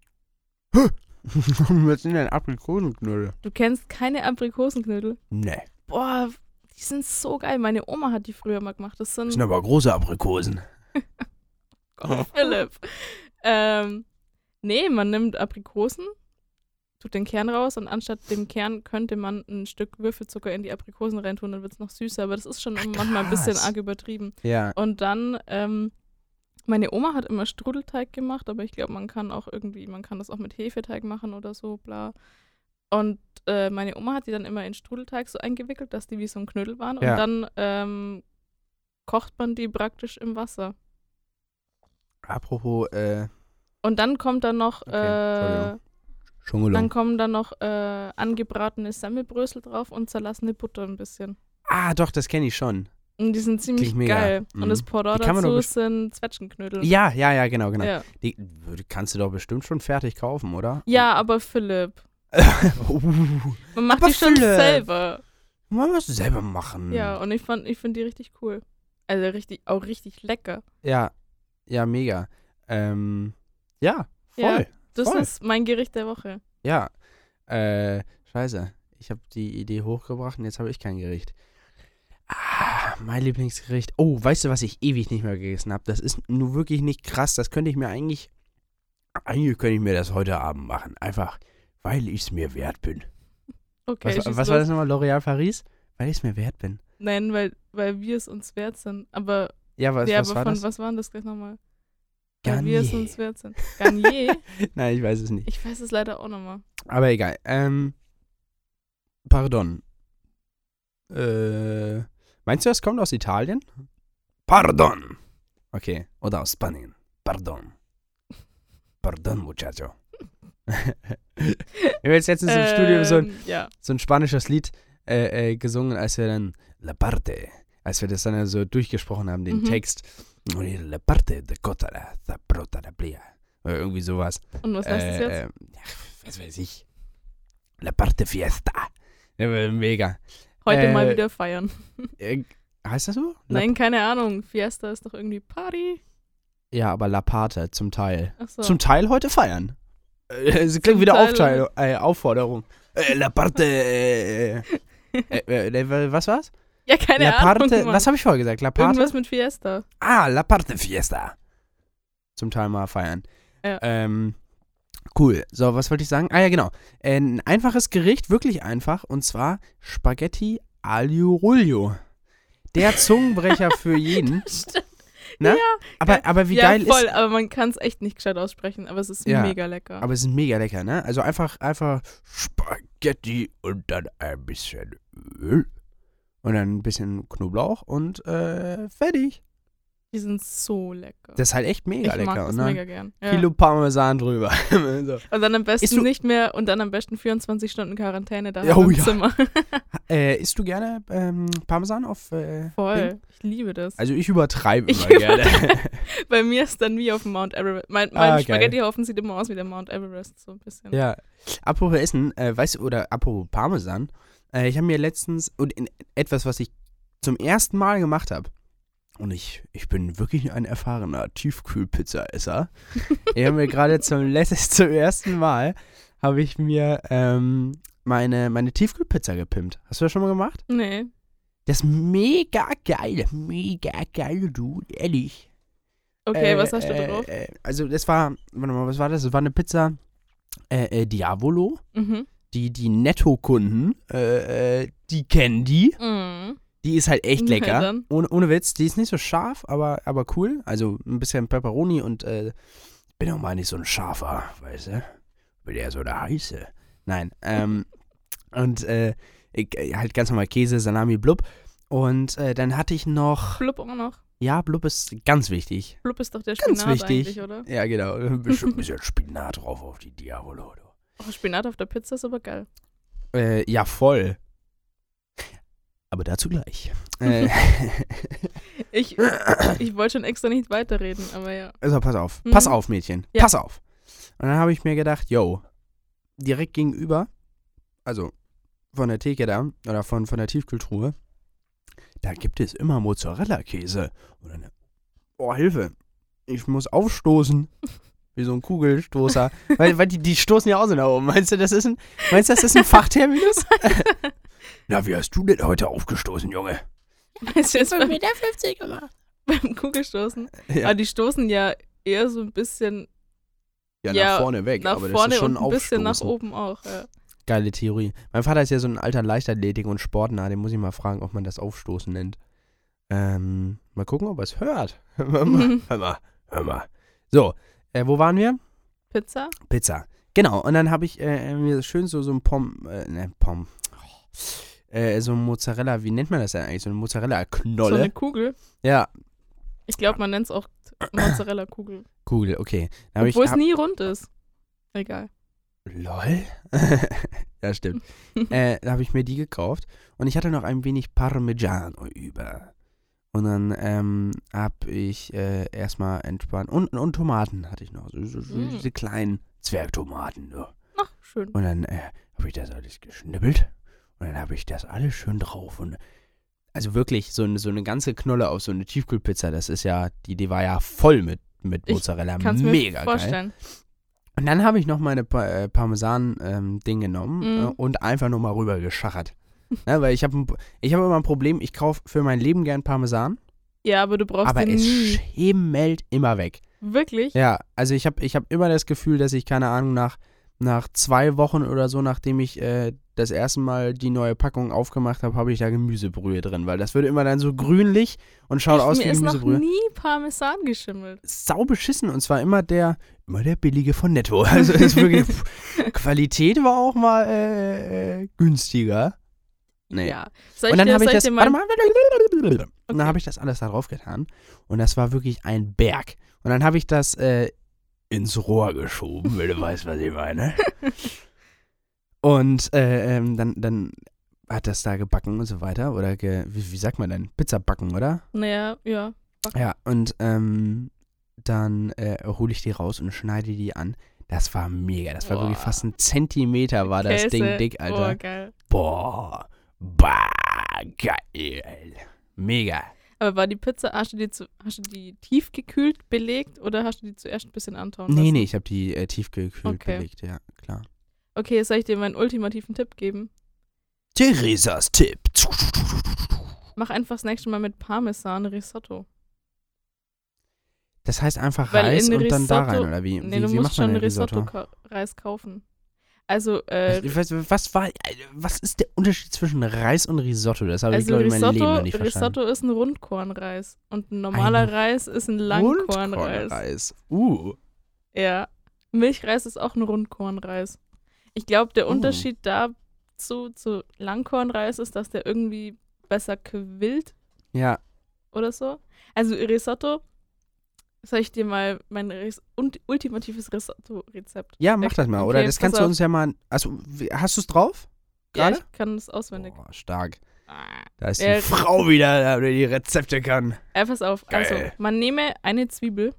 S3: was sind denn Aprikosenknödel?
S2: Du kennst keine Aprikosenknödel?
S3: Nee.
S2: Boah, die sind so geil. Meine Oma hat die früher mal gemacht. Das sind
S3: Das sind aber große Aprikosen.
S2: Philipp. Ähm, nee, man nimmt Aprikosen, tut den Kern raus und anstatt dem Kern könnte man ein Stück Würfelzucker in die Aprikosen reintun, dann wird es noch süßer, aber das ist schon manchmal ein bisschen
S3: krass.
S2: arg übertrieben.
S3: Ja.
S2: Und dann, ähm, meine Oma hat immer Strudelteig gemacht, aber ich glaube, man kann auch irgendwie, man kann das auch mit Hefeteig machen oder so, bla. Und äh, meine Oma hat die dann immer in Strudelteig so eingewickelt, dass die wie so ein Knödel waren.
S3: Ja.
S2: Und dann ähm, kocht man die praktisch im Wasser.
S3: Apropos, äh,
S2: Und dann kommt dann noch,
S3: Okay,
S2: äh,
S3: Entschuldigung. Schungelung.
S2: dann kommen dann noch äh, angebratene Semmelbrösel drauf und zerlassene Butter ein bisschen.
S3: Ah, doch, das kenne ich schon.
S2: Und die sind ziemlich
S3: mega.
S2: geil.
S3: Mhm.
S2: Und das Pendant
S3: Die kann man
S2: dazu
S3: doch best-
S2: sind Zwetschgenknödel.
S3: Ja, ja, ja, genau, genau.
S2: Hm. ja.
S3: Die würde- kannst du doch bestimmt schon fertig kaufen, oder?
S2: ja, aber Philipp,
S3: uh,
S2: man macht
S3: Aber
S2: die schon
S3: Philipp!
S2: selber.
S3: man muss selber machen.
S2: Ja, und ich fand, ich finde die richtig cool. Also richtig, auch richtig lecker.
S3: Ja, ja, mega. Ähm, ja,
S2: Ja.
S3: voll.
S2: Das
S3: Voll.
S2: ist mein Gericht der Woche.
S3: Ja. Äh, scheiße. Ich habe die Idee hochgebracht und jetzt habe ich kein Gericht. Ah, mein Lieblingsgericht. Oh, weißt du, was ich ewig nicht mehr gegessen habe? Das ist nur wirklich nicht krass. Das könnte ich mir eigentlich. Eigentlich könnte ich mir das heute Abend machen. Einfach, weil ich es mir wert bin.
S2: Okay,
S3: Was,
S2: schieß
S3: was war
S2: los.
S3: das nochmal? L'Oréal Paris? Weil ich es mir wert bin.
S2: Nein, weil, weil wir es uns wert sind. Aber,
S3: Ja, was,
S2: ja,
S3: was
S2: aber
S3: war
S2: von
S3: das?
S2: was waren das gleich nochmal? Weil wir es uns wert sind. Garnier?
S3: Nein, ich weiß es nicht.
S2: Ich weiß es leider auch nochmal.
S3: Aber egal. Ähm, pardon. Äh, meinst du, das kommt aus Italien? Pardon. Okay. Oder aus Spanien. Pardon. Pardon, muchacho. Wir haben jetzt letztens im Studio so ein,
S2: Ähm, Ja.
S3: so ein spanisches Lied äh, äh, gesungen, als wir dann La Parte, als wir das dann so durchgesprochen haben, den
S2: Mhm.
S3: Text. La Parte de Cotara, da Prota, da Blia. Oder irgendwie sowas.
S2: Und was heißt das jetzt?
S3: Äh, ähm, ach, was weiß ich. La parte fiesta. Ja, aber Mega.
S2: Heute
S3: äh,
S2: mal wieder feiern.
S3: Äh, heißt das so? La,
S2: Nein, keine Ahnung. Fiesta ist doch irgendwie Party.
S3: Ja, aber La parte zum Teil.
S2: Achso.
S3: Zum Teil heute feiern. Äh, Es klingt
S2: Zum
S3: wieder
S2: Teil-
S3: Aufteil, äh, Aufforderung. Äh, la parte. Äh, äh, äh, äh, was war's?
S2: ja, keine
S3: la
S2: Ahnung.
S3: parte.
S2: Mann.
S3: Was habe ich vorher gesagt? La parte.
S2: Irgendwas mit Fiesta.
S3: Ah, La Parte Fiesta. Zum Teil mal feiern.
S2: Ja.
S3: Ähm, cool. So, was wollte ich sagen? Ah ja, genau. Ein einfaches Gericht, wirklich einfach, und zwar Spaghetti Aglio Ruglio. Der Zungenbrecher für jeden.
S2: Stimmt.
S3: Na?
S2: Ja,
S3: Aber, aber wie
S2: ja
S3: geil
S2: voll,
S3: ist.
S2: aber man kann es echt nicht gescheit aussprechen, aber es ist
S3: Ja,
S2: mega lecker.
S3: Aber es ist mega lecker, ne? Also einfach, einfach Spaghetti und dann ein bisschen Öl. Und dann ein bisschen Knoblauch und äh, fertig.
S2: Die sind so lecker.
S3: Das ist halt echt mega
S2: ich
S3: lecker.
S2: mag das
S3: und dann
S2: mega gern. Ja.
S3: Kilo Parmesan drüber. Also, so.
S2: Und dann am
S3: Ist du-
S2: besten nicht mehr und dann am besten 24 Stunden Quarantäne da
S3: Oh
S2: im
S3: ja.
S2: Zimmer.
S3: Äh, isst du gerne ähm, Parmesan auf äh, Ding?
S2: Voll. Ich liebe das.
S3: Also ich übertreibe
S2: Ich
S3: immer gerne.
S2: Bei mir ist dann wie auf dem Mount Everest. Mein,
S3: Ah,
S2: mein
S3: geil.
S2: Spaghettihaufen sieht immer aus wie der Mount Everest, so ein bisschen.
S3: ja. Apropos Essen, äh, weißt du, oder apropos Parmesan, äh, ich habe mir letztens und in, etwas, was ich zum ersten Mal gemacht habe. Und ich, ich bin wirklich ein erfahrener Tiefkühlpizzaesser. ich habe mir gerade zum letzten, zum ersten Mal habe ich mir ähm, meine, meine Tiefkühlpizza gepimpt. Hast du das schon mal gemacht?
S2: Nee.
S3: Das ist mega geil. Mega geil, du, ehrlich.
S2: Okay,
S3: Äh,
S2: was hast du
S3: äh,
S2: da drauf?
S3: äh, Also das war, warte mal, was war das? Das war eine Pizza äh, äh, Diavolo.
S2: Mhm.
S3: Die, die Netto-Kunden, äh, äh, die kennen die.
S2: Mhm.
S3: Die ist halt echt
S2: Na
S3: lecker.
S2: dann.
S3: Ohne, ohne Witz, die ist nicht so scharf, aber, aber cool. Also ein bisschen Pepperoni und äh, ich bin auch mal nicht so ein Scharfer, weißt du? bin ja so der Heiße. Nein. Ähm, und äh, ich, äh, halt ganz normal Käse, Salami, blub. Und äh, dann hatte ich noch,
S2: Blub auch noch.
S3: ja, blub ist ganz wichtig.
S2: Blub ist doch der
S3: Ganz
S2: Spinat
S3: wichtig.
S2: eigentlich, oder?
S3: Ja, genau. Ein bisschen, bisschen Spinat drauf auf die Diavolo.
S2: Oh, Spinat auf der Pizza ist aber geil.
S3: Äh, ja, voll. Aber dazu gleich. äh,
S2: Ich, ich wollte schon extra nicht weiterreden, aber ja.
S3: Also pass auf,
S2: Mhm.
S3: pass auf, Mädchen,
S2: Ja.
S3: pass auf. Und dann habe ich mir gedacht, yo, direkt gegenüber, also von der Theke da oder von, von der Tiefkühltruhe, da gibt es immer Mozzarella-Käse. Und dann, oh Hilfe, ich muss aufstoßen. Wie so ein Kugelstoßer. weil, weil die, die stoßen ja auch so nach oben. Meinst du, das ist ein, meinst du, das ist ein Fachterminus? Na, wie hast du denn heute aufgestoßen, Junge?
S2: Weißt du, jetzt beim,
S3: 50 gemacht.
S2: beim Kugelstoßen.
S3: Ja.
S2: Aber die stoßen ja eher so ein bisschen
S3: Ja,
S2: Ja,
S3: nach vorne weg.
S2: nach
S3: aber das
S2: vorne
S3: ist schon
S2: und ein bisschen nach
S3: Aufstoßen.
S2: oben auch. Ja.
S3: Geile Theorie. Mein Vater ist ja so ein alter Leichtathletik- und Sportnah, den muss ich mal fragen, ob man das Aufstoßen nennt. Ähm, mal gucken, ob er es hört. hör
S2: Mhm.
S3: mal, hör mal, hör mal. So, äh, wo waren wir?
S2: Pizza?
S3: Pizza. Genau, und dann habe ich äh, mir schön so, so ein Pom, äh, ne, Pom. Äh, so ein Mozzarella, wie nennt man das denn eigentlich? So eine
S2: So
S3: Mozzarella-Knolle?
S2: eine Kugel.
S3: ja,
S2: Ich glaube, man nennt es auch Mozzarella-Kugel.
S3: Kugel, okay. Dann hab ich,
S2: Obwohl es
S3: hab,
S2: nie rund ist. Egal.
S3: LOL? ja, stimmt. äh, da habe ich mir die gekauft und ich hatte noch ein wenig Parmigiano über. Und dann ähm, habe ich äh, erstmal entspannt. Und, und Tomaten hatte ich noch. So, so, so,
S2: Mm.
S3: Diese kleinen Zwergtomaten. So.
S2: Ach, schön.
S3: Und dann äh, habe ich das alles geschnippelt. Und dann habe ich das alles schön drauf. Und also wirklich, so, eine- so eine ganze Knolle auf so eine Tiefkühlpizza, das ist ja, die, die war ja voll mit, mit
S2: Ich
S3: Mozzarella.
S2: Kannst du mir
S3: Mega geil.
S2: vorstellen.
S3: Und dann habe ich noch meine pa äh, Parmesan-Ding genommen
S2: Mhm.
S3: äh, und einfach nur mal rüber geschachert. ne, weil ich habe ich hab immer ein Problem, ich kaufe für mein Leben gern Parmesan,
S2: Ja, aber du brauchst
S3: aber
S2: den
S3: es
S2: nie.
S3: schimmelt immer weg.
S2: Wirklich?
S3: Ja, also ich habe ich hab immer das Gefühl, dass ich, keine Ahnung, nach, nach zwei Wochen oder so, nachdem ich äh, das erste Mal die neue Packung aufgemacht habe, habe ich da Gemüsebrühe drin, weil das wird immer dann so grünlich und schaut aus
S2: Mir
S3: wie
S2: ist noch
S3: Gemüsebrühe.
S2: nie Parmesan geschimmelt.
S3: sau beschissen und zwar immer der immer der billige von Netto. Also ist wirklich pff, Qualität war auch mal äh, äh, günstiger. Nee.
S2: Ja. Soll
S3: und dann
S2: dir-
S3: habe ich
S2: soll
S3: das
S2: dir
S3: warte
S2: mal,
S3: mal. Und dann habe ich das alles da drauf getan und das war wirklich ein Berg. Und dann habe ich das äh, ins Rohr geschoben, wenn du weißt, was ich meine. Und äh, ähm, dann dann hat das da gebacken und so weiter oder ge, wie, wie sagt man denn Pizza backen, oder?
S2: Naja, ja.
S3: Ja, und ähm, dann äh, hole ich die raus und schneide die an. Das war mega. Das war
S2: Boah.
S3: wirklich fast ein Zentimeter war das
S2: Käse.
S3: Ding dick,
S2: Oh,
S3: Alter.
S2: geil.
S3: Boah. Bah, geil. Mega.
S2: Aber war die Pizza, hast du die, zu, hast du die tiefgekühlt belegt oder hast du die zuerst ein bisschen antauen
S3: Nee,
S2: lassen?
S3: nee, ich habe die äh, tiefgekühlt
S2: Okay.
S3: belegt, ja, klar.
S2: Okay, soll ich dir meinen ultimativen Tipp geben?
S3: Theresas Tipp.
S2: Mach einfach das nächste Mal mit Parmesan Risotto.
S3: Das heißt einfach
S2: Weil
S3: Reis
S2: in
S3: und dann da rein,
S2: Risotto-
S3: oder wie?
S2: Nee,
S3: wie,
S2: du musst
S3: wie macht man
S2: schon
S3: denn Risotto?
S2: Risotto-Reis kaufen. Also, äh,
S3: Ich weiß, was, war, was ist der Unterschied zwischen Reis und Risotto? Das habe ich,
S2: also
S3: glaube ich, mein
S2: Risotto,
S3: Leben noch nicht verstanden.
S2: Risotto ist ein Rundkornreis und ein normaler
S3: Ein
S2: Reis ist ein Langkornreis.
S3: Rundkornreis. Uh.
S2: Ja. Milchreis ist auch ein Rundkornreis. Ich glaube, der
S3: Oh.
S2: Unterschied dazu zu Langkornreis ist, dass der irgendwie besser quillt
S3: Ja,
S2: oder so. Also Risotto, soll ich dir mal mein Ris und ultimatives Risotto-Rezept?
S3: ja, mach das mal. Oder
S2: Okay,
S3: das
S2: pass
S3: kannst du
S2: auf.
S3: uns ja mal. Also, wie- hast du es drauf?
S2: Ja,
S3: Gerade?
S2: ich kann das auswendig.
S3: Boah, stark.
S2: Ah.
S3: Da ist die
S2: Ja.
S3: Frau wieder, da, die die Rezepte kann.
S2: Äh, pass auf.
S3: Geil.
S2: Also, man nehme eine Zwiebel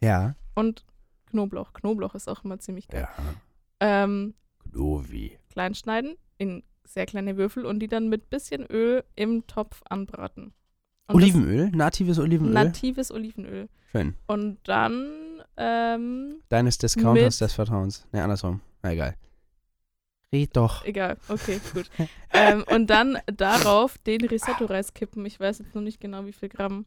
S3: Ja.
S2: und Knoblauch. Knoblauch ist auch immer ziemlich geil.
S3: Ja.
S2: Ähm,
S3: Knovi.
S2: klein schneiden in sehr kleine Würfel und die dann mit bisschen Öl im Topf anbraten. Und das-
S3: Olivenöl? Natives Olivenöl?
S2: Natives Olivenöl.
S3: Schön.
S2: Und dann, ähm,
S3: Deines
S2: Mit-
S3: Discounters des Vertrauens. Ne, andersrum. Na, egal. Red doch.
S2: egal, okay, gut. ähm, und dann darauf den Risotto-Reis kippen. Ich weiß jetzt noch nicht genau, wie viel Gramm.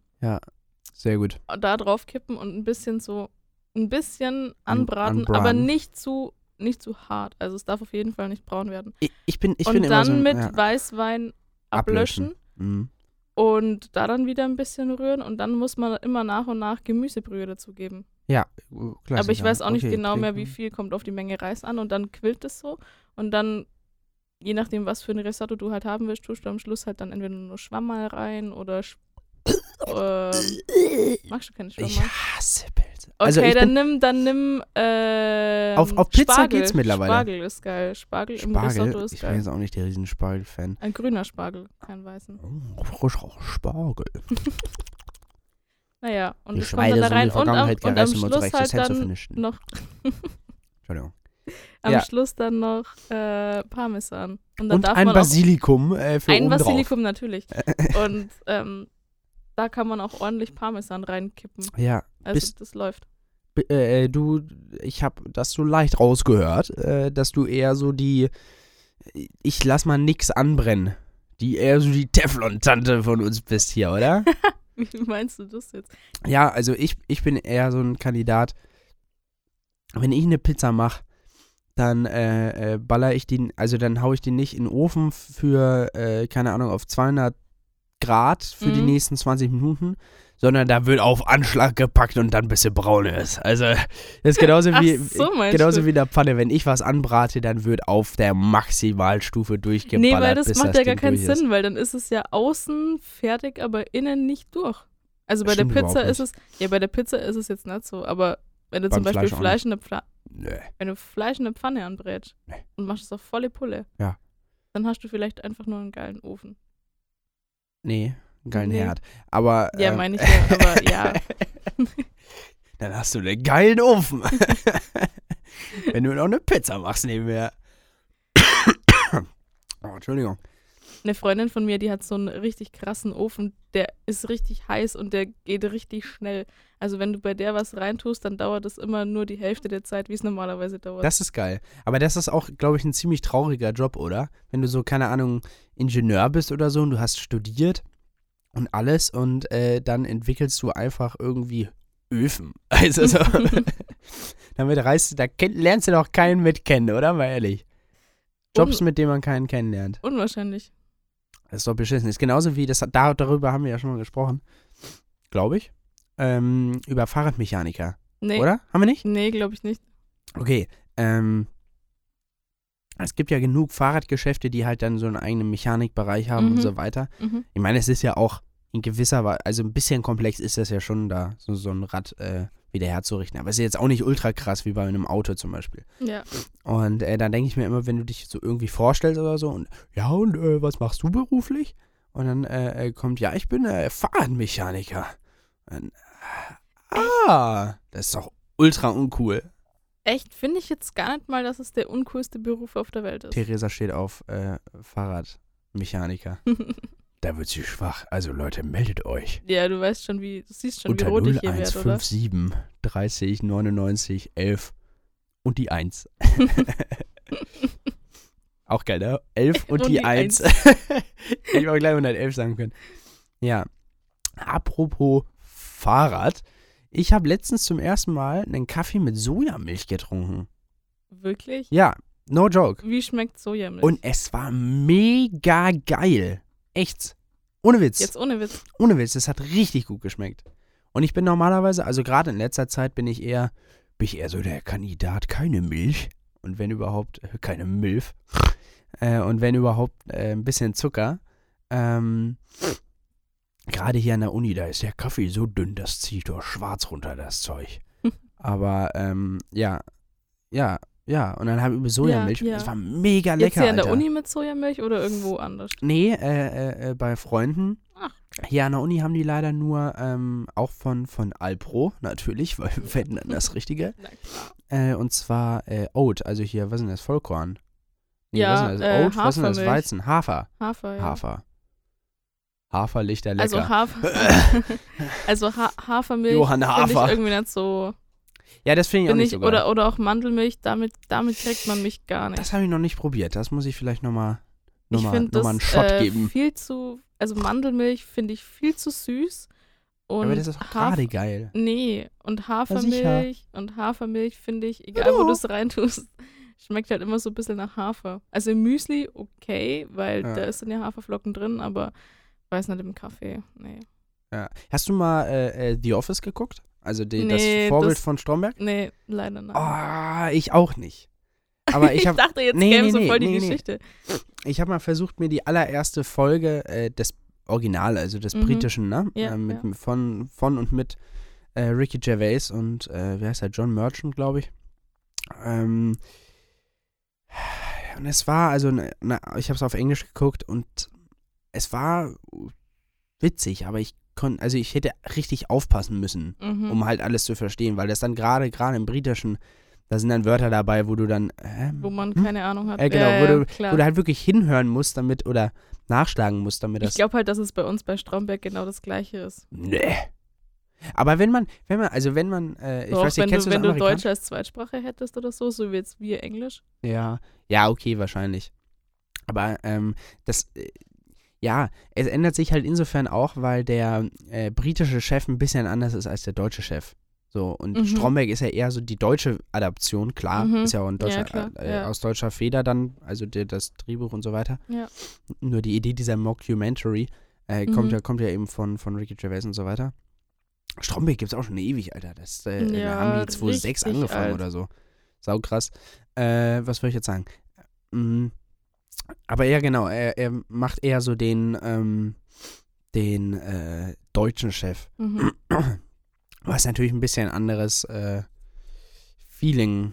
S3: Sehr gut.
S2: Da drauf kippen und ein bisschen so, ein bisschen
S3: An-
S2: anbraten,
S3: anbraten.
S2: aber nicht zu, nicht zu hart. Also es darf auf jeden Fall nicht braun werden.
S3: Ich, ich bin, ich
S2: und
S3: bin
S2: dann
S3: immer so ein,
S2: mit
S3: ja.
S2: Weißwein ablöschen.
S3: Ablöschen. Mhm.
S2: Und da dann wieder ein bisschen rühren und dann muss man immer nach und nach Gemüsebrühe dazugeben.
S3: Ja, äh, klar.
S2: Aber ich weiß auch nicht genau mehr, wie
S3: viel.
S2: viel kommt auf die Menge Reis an und dann quillt es so und dann, je nachdem, was für ein Risotto du halt haben willst, tust du am Schluss halt dann entweder nur Schwamm mal rein oder Sch ähm, magst du keine Schwamm?
S3: Ich hasse Pilze.
S2: Okay,
S3: also ich
S2: dann
S3: bin,
S2: nimm, dann nimm ähm,
S3: Auf- auf Pizza
S2: Spargel.
S3: geht's mittlerweile.
S2: Spargel ist geil. Spargel, im Risotto
S3: Spargel,
S2: ist
S3: ich bin
S2: geil.
S3: jetzt auch nicht der Riesenspargel-Fan.
S2: Ein grüner Spargel, kein weißen.
S3: Oh, frisch auch Spargel.
S2: Naja, und
S3: Die
S2: das kommt dann
S3: Schweine
S2: da
S3: sind in
S2: rein
S3: die
S2: und am,
S3: Vergangenheit
S2: und am
S3: gereist, um uns
S2: Schluss
S3: recht das
S2: halt
S3: Hell zu
S2: dann
S3: vernichten.
S2: noch
S3: Entschuldigung.
S2: am
S3: Ja.
S2: Schluss dann noch äh, Parmesan. Und dann
S3: Und
S2: darf
S3: ein
S2: man auch
S3: Basilikum äh, für
S2: Ein
S3: oben
S2: Basilikum natürlich. Und ähm, da kann man auch ordentlich Parmesan reinkippen.
S3: drauf. Ja,
S2: Also
S3: Bis-
S2: das läuft.
S3: B- äh, du, ich habe das so leicht rausgehört, äh, dass du eher so die, ich lass mal nix anbrennen, die eher so die Teflon-Tante von uns bist hier, oder?
S2: Wie meinst du das jetzt?
S3: ja, also ich, ich bin eher so ein Kandidat, wenn ich eine Pizza mache, dann äh, äh, baller ich den, also dann hau ich den nicht in den Ofen für, äh, keine Ahnung, auf 200 Grad für die
S2: Mhm.
S3: nächsten 20 Minuten, sondern da wird auf Anschlag gepackt und dann bis sie braun ist. Also das ist genauso
S2: Ach
S3: wie,
S2: so, meinst
S3: genauso
S2: du?
S3: wie in der Pfanne. Wenn ich was anbrate, dann wird auf der Maximalstufe durchgeballert.
S2: Nee, weil das
S3: bis
S2: macht
S3: das
S2: ja gar
S3: Ding
S2: keinen
S3: durch ist.
S2: Sinn, weil dann ist es ja außen fertig, aber innen nicht durch. Also bei
S3: Stimmt
S2: der
S3: überhaupt
S2: Pizza ist es,
S3: nicht.
S2: ja bei der Pizza ist es jetzt nicht so, aber wenn du zum
S3: Beim
S2: Beispiel
S3: Fleisch auch
S2: Fleisch in, der Pfla
S3: Nö.
S2: wenn du Fleisch in der Pfanne anbrätst
S3: Nee.
S2: und machst es auf volle Pulle,
S3: Ja.
S2: dann hast du vielleicht einfach nur einen geilen Ofen.
S3: Nee, einen geilen
S2: Nee.
S3: Herd. Aber.
S2: Ja,
S3: ähm,
S2: meine ich ja, aber ja.
S3: Dann hast du einen geilen Ofen. Wenn du noch eine Pizza machst nebenher. oh, Entschuldigung.
S2: Eine Freundin von mir, die hat so einen richtig krassen Ofen, der ist richtig heiß und der geht richtig schnell. Also wenn du bei der was reintust, dann dauert es immer nur die Hälfte der Zeit, wie es normalerweise dauert.
S3: Das ist geil. Aber das ist auch, glaube ich, ein ziemlich trauriger Job, oder? Wenn du so, keine Ahnung, Ingenieur bist oder so und du hast studiert und alles und äh, dann entwickelst du einfach irgendwie Öfen. Also so. Damit reißt du, da kenn, lernst du doch keinen mit kennen, oder? Mal ehrlich. Jobs,
S2: Un-
S3: mit denen man keinen kennenlernt.
S2: Unwahrscheinlich.
S3: Das ist doch beschissen. Ist genauso wie, das, da, darüber haben wir ja schon mal gesprochen, glaube ich, ähm, über Fahrradmechaniker,
S2: Nee,
S3: oder? Haben wir nicht?
S2: nee glaube ich nicht.
S3: Okay, ähm, es gibt ja genug Fahrradgeschäfte, die halt dann so einen eigenen Mechanikbereich haben und
S2: Mhm.
S3: so weiter.
S2: Mhm.
S3: Ich meine, es ist ja auch in gewisser Weise, also ein bisschen komplex ist das ja schon da, so, so ein Rad äh, wieder herzurichten. Aber es ist jetzt auch nicht ultra krass wie bei einem Auto zum Beispiel.
S2: Ja.
S3: Und äh, dann denke ich mir immer, wenn du dich so irgendwie vorstellst oder so und ja, und äh, was machst du beruflich? Und dann äh, äh, kommt, ja, ich bin äh, Fahrradmechaniker. Und, äh, ah, das ist doch ultra uncool.
S2: Echt, finde ich jetzt gar nicht mal, dass es der uncoolste Beruf auf der Welt ist.
S3: Theresa steht auf äh, Fahrradmechaniker. Da wird sie schwach. Also Leute, meldet euch.
S2: ja, du weißt schon, wie, du siehst schon, wie
S3: Unter
S2: rot ich hier werde, oder?
S3: 0157 30 99 11 und die 1. Auch geil, ne? 11 und, die 1. Hätte ich auch gleich 111 sagen können. Ja. Apropos Fahrrad. Ich habe letztens zum ersten Mal einen Kaffee mit Sojamilch getrunken.
S2: Wirklich?
S3: Ja, no joke.
S2: Wie schmeckt Sojamilch?
S3: Und es war mega geil. Echt. Ohne Witz.
S2: jetzt ohne Witz.
S3: Ohne Witz, es hat richtig gut geschmeckt. Und ich bin normalerweise, also gerade in letzter Zeit bin ich eher, bin ich eher so der Kandidat, keine Milch. Und wenn überhaupt, äh, keine Milf. Äh, und wenn überhaupt, äh, ein bisschen Zucker. Ähm, gerade hier an der Uni, da ist der Kaffee so dünn, das zieht doch schwarz runter, das Zeug. Aber ähm, ja, ja, ja. Und dann habe ich über Sojamilch,
S2: ja.
S3: das war mega
S2: Jetzt
S3: Ah, lecker,
S2: hier an der
S3: Alter.
S2: Uni mit Sojamilch oder irgendwo anders?
S3: Nee, äh, äh, äh, bei Freunden.
S2: Ach, okay.
S3: Hier an der Uni haben die leider nur ähm, auch von, von Alpro, natürlich, weil wir finden dann das Richtige.
S2: Na klar.
S3: Äh, und zwar äh, Oat, also hier, was ist denn das? Vollkorn.
S2: Ja,
S3: was ist denn
S2: äh,
S3: das? Oat, was ist denn das?
S2: Hafermilch.
S3: Weizen, Hafer.
S2: Hafer, ja.
S3: Hafer. Haferlichter lecker.
S2: Also Hafer. also ha Hafermilch.
S3: Johann
S2: finde
S3: Hafer.
S2: Ich irgendwie nicht so.
S3: ja, das finde ich auch
S2: Bin
S3: nicht
S2: ich,
S3: so geil.
S2: oder, oder auch Mandelmilch, damit, damit kriegt man mich gar nicht.
S3: Das habe ich noch nicht probiert. Das muss ich vielleicht nochmal noch
S2: ich
S3: mal,
S2: finde
S3: noch
S2: das
S3: mal einen Shot
S2: äh,
S3: geben.
S2: viel zu. Also Mandelmilch finde ich viel zu süß. Und
S3: Aber das ist auch
S2: Haf-
S3: gerade geil.
S2: Nee, und
S3: sicher.
S2: Hafermilch. Und Hafermilch finde ich, egal wo
S3: doch.
S2: du es reintust, schmeckt halt immer so ein bisschen nach Hafer. Also im Müsli okay, weil
S3: Ja.
S2: da ist dann ja Haferflocken drin, aber weiß nicht im Kaffee. Nee.
S3: Ja. Hast du mal äh, äh, The Office geguckt? Also die,
S2: Nee,
S3: das Vorbild
S2: das-
S3: von Stromberg?
S2: Nee, leider nein.
S3: Ah, ich auch nicht. Aber ich
S2: ich
S3: habe
S2: dachte, jetzt
S3: Nee,
S2: käme
S3: nee,
S2: so
S3: nee,
S2: voll die
S3: nee, nee.
S2: Geschichte.
S3: ich hab mal versucht, mir die allererste Folge äh, des Original, also des
S2: Mhm.
S3: britischen, ne?
S2: Ja,
S3: ähm, mit, Von, von und mit äh, Ricky Gervais und, äh, wie heißt er, John Merchant, glaube ich. Ähm, und es war, also, ne, na, ich habe es auf Englisch geguckt und es war witzig, aber ich konnte, also ich hätte richtig aufpassen müssen
S2: Mhm.
S3: um halt alles zu verstehen, weil das dann gerade, gerade im Britischen, da sind dann Wörter dabei, wo du dann, ähm,
S2: Wo man
S3: hm?
S2: keine Ahnung hat.
S3: äh, genau,
S2: ja,
S3: wo,
S2: ja,
S3: du,
S2: klar.
S3: wo du halt wirklich hinhören musst damit oder nachschlagen musst, damit das.
S2: ich glaube halt, dass es bei uns bei Stromberg genau das gleiche ist.
S3: nee. Aber wenn man, wenn man, also wenn man, äh, ich
S2: Doch,
S3: weiß nicht,
S2: wenn
S3: kennst
S2: du,
S3: du
S2: wenn du
S3: das
S2: Deutsch als Zweitsprache hättest oder so, so wie jetzt wir Englisch.
S3: Ja, ja, okay, wahrscheinlich. Aber ähm, das, äh, ja, es ändert sich halt insofern auch, weil der äh, britische Chef ein bisschen anders ist als der deutsche Chef. So, und
S2: Mhm.
S3: Stromberg ist ja eher so die deutsche Adaption, klar,
S2: Mhm.
S3: ist ja auch ein
S2: Ja,
S3: deutscher,
S2: klar,
S3: äh,
S2: ja.
S3: aus deutscher Feder dann, also der, das Drehbuch und so weiter.
S2: Ja.
S3: Nur die Idee dieser Mockumentary äh, kommt,
S2: Mhm.
S3: ja, kommt ja eben von, von Ricky Gervais und so weiter. Stromberg gibt es auch schon ewig, Alter. Das, äh, da haben
S2: Ja,
S3: die 2006
S2: richtig
S3: angefangen
S2: alt.
S3: oder so. Saukrass. Äh, was soll ich jetzt sagen? Mm, aber ja, genau, er, er macht eher so den, ähm, den äh, deutschen Chef.
S2: Mhm.
S3: Was natürlich ein bisschen anderes äh, Feeling,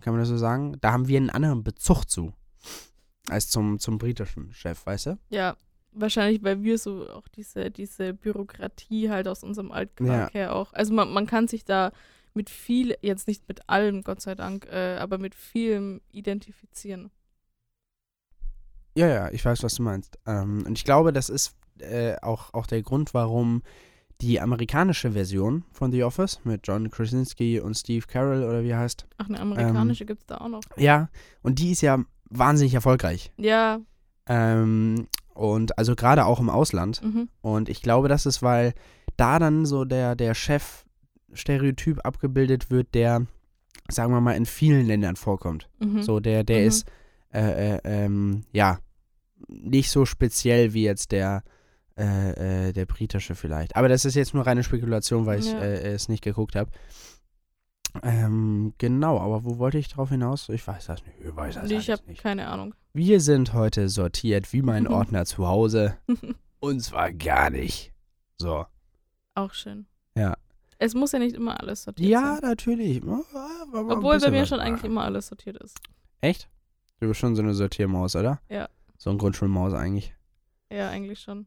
S3: kann man das so sagen? Da haben wir einen anderen Bezug zu. Als zum, zum britischen Chef, weißt du?
S2: Ja, wahrscheinlich, weil wir so auch diese, diese Bürokratie halt aus unserem
S3: Ja.
S2: Altquark her auch. Also man, man kann sich da mit viel, jetzt nicht mit allem, Gott sei Dank, äh, aber mit vielem identifizieren.
S3: Ja, ja, ich weiß, was du meinst. Ähm, und ich glaube, das ist äh, auch, auch der Grund, warum die amerikanische Version von The Office mit John Krasinski und Steve Carell oder wie er heißt.
S2: Ach, eine
S3: Ähm.
S2: amerikanische gibt's da auch noch.
S3: Ja, und die ist ja wahnsinnig erfolgreich.
S2: Ja,
S3: Ähm, und also gerade auch im Ausland.
S2: mhm.
S3: Und ich glaube, das ist, weil da dann so der, der Chef-Stereotyp abgebildet wird, der, sagen wir mal, in vielen Ländern vorkommt.
S2: Mhm.
S3: So, der, der
S2: Mhm.
S3: ist, äh, äh, ähm, ja, nicht so speziell wie jetzt der, äh, äh, der britische vielleicht. Aber das ist jetzt nur reine Spekulation, weil ich
S2: Ja.
S3: äh, es nicht geguckt habe. Ähm, genau, aber wo wollte ich drauf hinaus? Ich weiß das nicht. Ich weiß das
S2: Nee, ich
S3: alles
S2: habe
S3: nicht.
S2: keine Ahnung.
S3: Wir sind heute sortiert wie
S2: Mhm.
S3: mein Ordner zu Hause. Und zwar gar nicht. So.
S2: auch schön.
S3: Ja.
S2: Es muss ja nicht immer alles sortiert
S3: Ja,
S2: sein.
S3: natürlich.
S2: Obwohl bei mir schon eigentlich immer alles sortiert ist.
S3: oh, Echt? Du bist schon so eine Sortiermaus, oder?
S2: Ja.
S3: So ein Grundschulmaus eigentlich.
S2: Ja, eigentlich schon.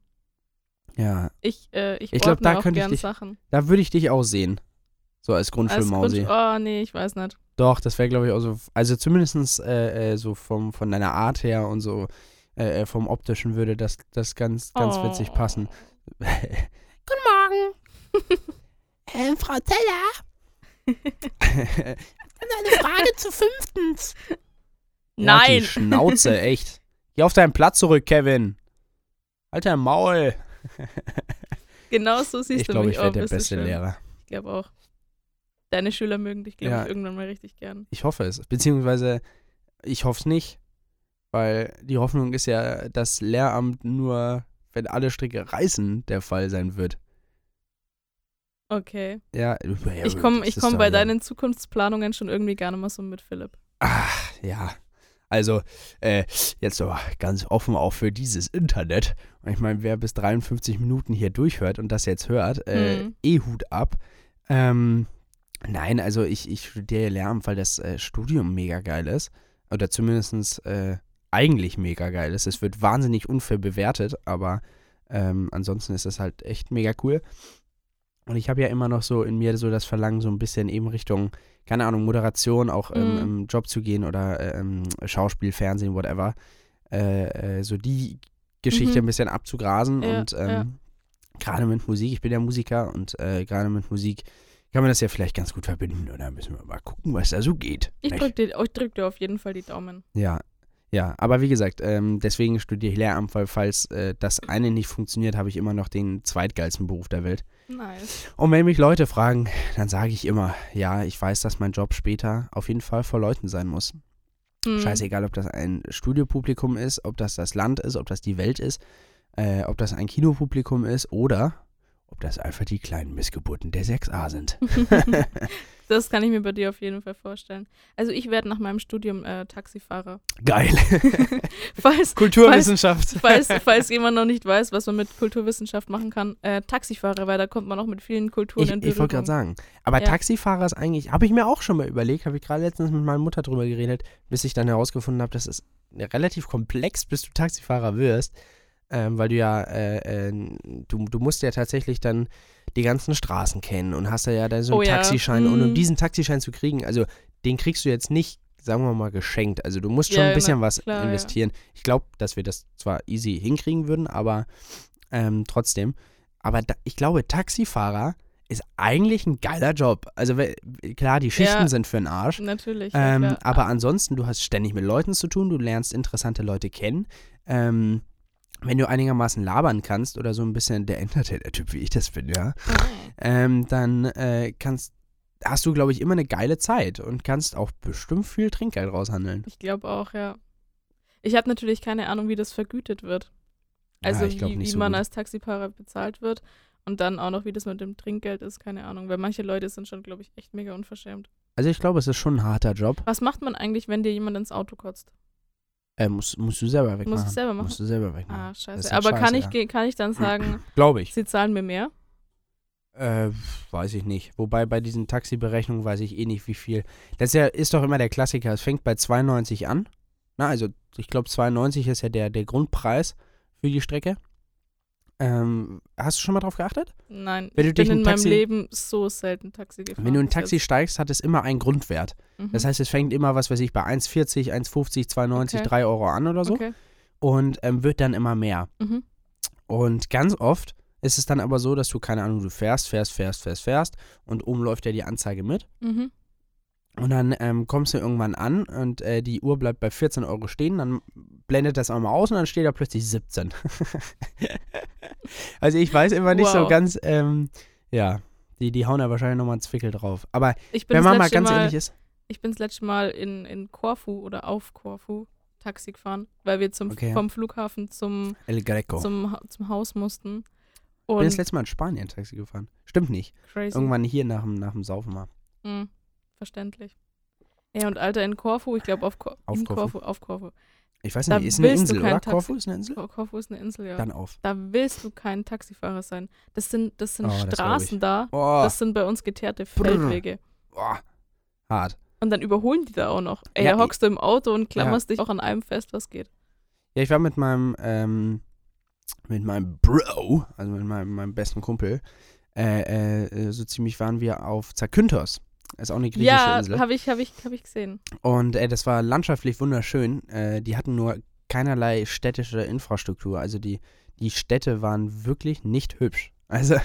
S3: Ja.
S2: Ich, äh, ich,
S3: Ich glaub,
S2: ordne
S3: da
S2: auch
S3: könnte ich
S2: gern
S3: dich
S2: Sachen.
S3: Da würde ich dich auch sehen. So als
S2: Als
S3: Grundschulmausi.
S2: Grund- oh, nee, ich weiß nicht.
S3: Doch, das wäre, glaube ich, auch so. Also zumindest äh, äh, so vom, von deiner Art her und so äh, äh, vom Optischen würde das, das ganz, ganz
S2: oh.
S3: witzig passen. Guten Morgen. ähm, Frau Teller. Eine Frage zu fünftens. Ja,
S2: Nein!
S3: die Schnauze, echt. Geh auf deinen Platz zurück, Kevin. Alter Maul.
S2: Genau so siehst
S3: ich
S2: du
S3: glaube,
S2: mich
S3: ich werde
S2: auch,
S3: der
S2: bist du
S3: beste
S2: schön.
S3: Lehrer.
S2: Ich glaube auch. Deine Schüler mögen dich, glaube
S3: Ja.
S2: ich, irgendwann mal richtig gern.
S3: Ich hoffe es. Beziehungsweise, ich hoffe es nicht, weil die Hoffnung ist ja, dass Lehramt nur, wenn alle Stricke reißen, der Fall sein wird.
S2: Okay.
S3: Ja,
S2: ich komme
S3: das
S2: ich
S3: ist
S2: komm
S3: doch
S2: bei
S3: ja-
S2: deinen Zukunftsplanungen schon irgendwie gar nicht mehr so mit, Philipp.
S3: Ach, ja. Also, äh, jetzt aber ganz offen auch für dieses Internet. Und Ich meine, wer bis 53 Minuten hier durchhört und das jetzt hört, äh,
S2: Hm.
S3: eh Hut ab. Ähm, nein, also ich, ich studiere Lehramt, weil das äh, Studium mega geil ist. Oder zumindest äh, eigentlich mega geil ist. Es wird wahnsinnig unfair bewertet, aber ähm, ansonsten ist es halt echt mega cool. Und ich habe ja immer noch so in mir so das Verlangen, so ein bisschen eben Richtung, keine Ahnung, Moderation auch ähm,
S2: Mhm.
S3: im Job zu gehen oder äh, ähm, Schauspiel, Fernsehen, whatever. Äh, äh, so die Geschichte
S2: Mhm.
S3: ein bisschen abzugrasen
S2: Ja,
S3: und ähm,
S2: ja.
S3: gerade mit Musik, ich bin ja Musiker und äh, gerade mit Musik kann man das ja vielleicht ganz gut verbinden oder müssen wir mal gucken, was da so geht.
S2: Ich
S3: nicht?
S2: drücke dir, ich drück dir auf jeden Fall die Daumen.
S3: Ja, ja, aber wie gesagt, ähm, deswegen studiere ich Lehramt, weil falls äh, das eine nicht funktioniert, habe ich immer noch den zweitgeilsten Beruf der Welt.
S2: Nice.
S3: Und wenn mich Leute fragen, dann sage ich immer, ja, ich weiß, dass mein Job später auf jeden Fall vor Leuten sein muss.
S2: Hm.
S3: Scheißegal, ob das ein Studiopublikum ist, ob das das Land ist, ob das die Welt ist, äh, ob das ein Kinopublikum ist oder ob das einfach die kleinen Missgeburten der 6a sind.
S2: Das kann ich mir bei dir auf jeden Fall vorstellen. Also ich werde nach meinem Studium äh, Taxifahrer.
S3: Geil.
S2: Falls,
S3: Kulturwissenschaft.
S2: falls, falls jemand noch nicht weiß, was man mit Kulturwissenschaft machen kann, äh, Taxifahrer, weil da kommt man auch mit vielen Kulturen
S3: Ich,
S2: in
S3: ich
S2: Berührung.
S3: wollte gerade sagen. Aber
S2: Ja.
S3: Taxifahrer ist eigentlich, habe ich mir auch schon mal überlegt, habe ich gerade letztens mit meiner Mutter drüber geredet, bis ich dann herausgefunden habe, dass es relativ komplex, bis du Taxifahrer wirst, ähm, weil du ja, äh, äh, du, du musst ja tatsächlich dann die ganzen Straßen kennen und hast da ja dann so einen
S2: Oh ja.
S3: Taxischein. Und um
S2: Mhm.
S3: diesen Taxischein zu kriegen, also den kriegst du jetzt nicht, sagen wir mal, geschenkt. Also du musst schon
S2: Ja,
S3: ein bisschen
S2: na
S3: was
S2: klar, ja.
S3: investieren. Ich glaube, dass wir das zwar easy hinkriegen würden, aber ähm, trotzdem. Aber da, ich glaube, Taxifahrer ist eigentlich ein geiler Job. Also we- klar, die Schichten
S2: Ja.
S3: sind für den Arsch.
S2: Natürlich. ja,
S3: Ähm,
S2: klar.
S3: aber ansonsten, du hast ständig mit Leuten zu tun, du lernst interessante Leute kennen. Ähm, wenn du einigermaßen labern kannst oder so ein bisschen der Entertainer-Typ, wie ich das bin, ja, ähm, dann äh, kannst, hast du, glaube ich, immer eine geile Zeit und kannst auch bestimmt viel Trinkgeld raushandeln.
S2: ich glaube auch, ja. Ich habe natürlich keine Ahnung, wie das vergütet wird. Also
S3: ja, ich glaube
S2: wie,
S3: nicht
S2: wie
S3: so
S2: man
S3: gut.
S2: als Taxifahrer bezahlt wird und dann auch noch, wie das mit dem Trinkgeld ist, keine Ahnung. Weil manche Leute sind schon, glaube ich, echt mega unverschämt.
S3: Also ich glaube, es ist schon ein harter Job.
S2: Was macht man eigentlich, wenn dir jemand ins Auto kotzt?
S3: Äh, musst, musst du selber wegmachen.
S2: Musst du selber machen?
S3: Musst du selber wegmachen.
S2: Ah,
S3: ist
S2: scheiße.
S3: halt
S2: Aber kann,
S3: scheiße,
S2: ich,
S3: ja.
S2: ge- kann ich dann sagen,
S3: Glaube ich.
S2: sie zahlen mir mehr?
S3: Äh, weiß ich nicht. Wobei bei diesen Taxiberechnungen weiß ich eh nicht, wie viel. Das ist, ja, ist doch immer der Klassiker. Es fängt bei 92 an. Na, also ich glaube 92 ist ja der, der Grundpreis für die Strecke. Ähm, hast du schon mal drauf geachtet?
S2: Nein,
S3: Wenn du
S2: ich bin
S3: dich ein
S2: in meinem
S3: Taxi-
S2: Leben so selten Taxi gefahren.
S3: Wenn du in ein
S2: bis
S3: Taxi
S2: jetzt.
S3: steigst, hat es immer einen Grundwert.
S2: Mhm.
S3: Das heißt, es fängt immer, was weiß ich, bei 1,40, 1,50, 2,90,
S2: Okay.
S3: 3 Euro an oder so.
S2: Okay.
S3: Und ähm, wird dann immer mehr.
S2: Mhm.
S3: Und ganz oft ist es dann aber so, dass du, keine Ahnung, du fährst, fährst, fährst, fährst, fährst und oben läuft ja die Anzeige mit.
S2: Mhm.
S3: Und dann ähm, kommst du irgendwann an und äh, die Uhr bleibt bei 14 Euro stehen, dann blendet das einmal aus und dann steht da plötzlich 17. also ich weiß immer nicht so
S2: Wow.
S3: ganz, ähm, ja, die, die hauen da wahrscheinlich nochmal einen Zwickel drauf. Aber
S2: Ich bin
S3: wenn
S2: das
S3: man mal
S2: letzte
S3: ganz
S2: mal,
S3: ehrlich ist,
S2: Ich bin das letzte Mal in, in Korfu oder auf Korfu Taxi gefahren, weil wir zum,
S3: Okay.
S2: vom Flughafen zum,
S3: El Greco.
S2: zum, Ha- zum Haus mussten.
S3: ich bin das
S2: Und
S3: letzte Mal in Spanien Taxi gefahren. Stimmt nicht.
S2: crazy.
S3: Irgendwann hier nach dem, nach dem Saufen mal.
S2: Mhm. Verständlich. Ja, und Alter, in Korfu, ich glaube auf, Ko
S3: Auf
S2: in
S3: Korfu.
S2: Korfu, auf Korfu.
S3: Ich weiß
S2: Da
S3: nicht, ist eine
S2: willst du
S3: Insel,
S2: kein
S3: oder?
S2: Taxi-
S3: Korfu ist eine Insel?
S2: Ko- Korfu ist eine Insel, ja.
S3: Dann auf.
S2: Da willst du kein Taxifahrer sein. Das sind, das sind
S3: Oh, das glaub ich.
S2: Straßen da.
S3: Oh,
S2: Das sind bei uns geteerte
S3: Brrr.
S2: Feldwege.
S3: oh, hart.
S2: Und dann überholen die da auch noch. Ey,
S3: Ja,
S2: da
S3: ich-
S2: hockst du im Auto und klammerst dich auch an einem fest, was geht.
S3: Ja, ich war mit meinem, ähm, mit meinem Bro, also mit meinem, meinem besten Kumpel, äh, äh, so ziemlich waren wir auf Zakynthos. Ist auch eine griechische
S2: Ja,
S3: Insel.
S2: habe ich, hab ich, hab ich gesehen.
S3: Und äh, das war landschaftlich wunderschön. Äh, die hatten nur keinerlei städtische Infrastruktur. Also die, die Städte waren wirklich nicht hübsch. Also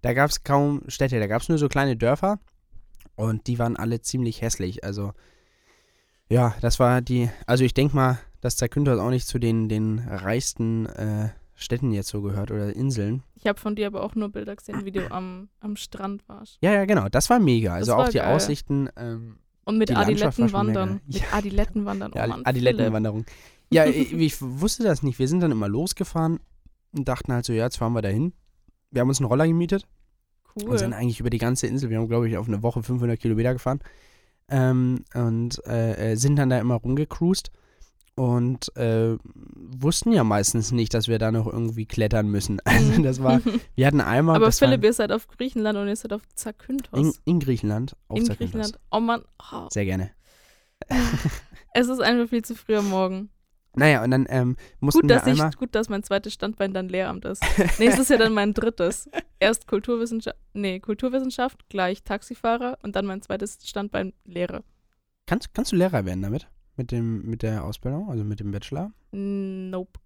S3: da gab es kaum Städte, da gab es nur so kleine Dörfer und die waren alle ziemlich hässlich. Also ja, das war die, also ich denke mal, dass Zakynthos auch nicht zu den, den reichsten äh, Städten jetzt so gehört oder Inseln.
S2: Ich habe von dir aber auch nur Bilder gesehen, wie
S3: Ah.
S2: du am, am Strand warst.
S3: Ja, ja, genau, das war mega. Also
S2: war
S3: auch die
S2: geil.
S3: Aussichten. Ähm,
S2: Und mit
S3: Die Landschaft war
S2: Adiletten
S3: schon mega
S2: wandern.
S3: geil.
S2: Mit Adiletten wandern. Oh
S3: Ja,
S2: Mann, Philipp.
S3: Adilettenwanderung. Ja, ich, ich wusste das nicht. Wir sind dann immer losgefahren und dachten halt so, ja, jetzt fahren wir dahin. Wir haben uns einen Roller gemietet und sind
S2: Cool.
S3: eigentlich über die ganze Insel. Wir haben, glaube ich, auf eine Woche 500 Kilometer gefahren ähm, und äh, äh, sind dann da immer rumgecruised und äh, wussten ja meistens nicht, dass wir da noch irgendwie klettern müssen. Also das war, wir hatten einmal,
S2: aber
S3: das war
S2: Philipp, ihr seid auf Griechenland und ihr seid auf Zakynthos.
S3: in, in Griechenland, auf
S2: in
S3: Zakynthos.
S2: Griechenland. Oh Mann, oh,
S3: Sehr gerne.
S2: es ist einfach viel zu früh am Morgen.
S3: Naja, und dann ähm, mussten
S2: Gut dass,
S3: wir
S2: ich,
S3: einmal...
S2: gut, dass mein zweites Standbein dann Lehramt ist. Nächstes Jahr dann mein drittes. Erst Kulturwissenschaft, nee, Kulturwissenschaft, gleich Taxifahrer und dann mein zweites Standbein Lehre.
S3: Kannst, kannst du Lehrer werden damit? Mit, dem, mit der Ausbildung, also mit dem Bachelor?
S2: Nope.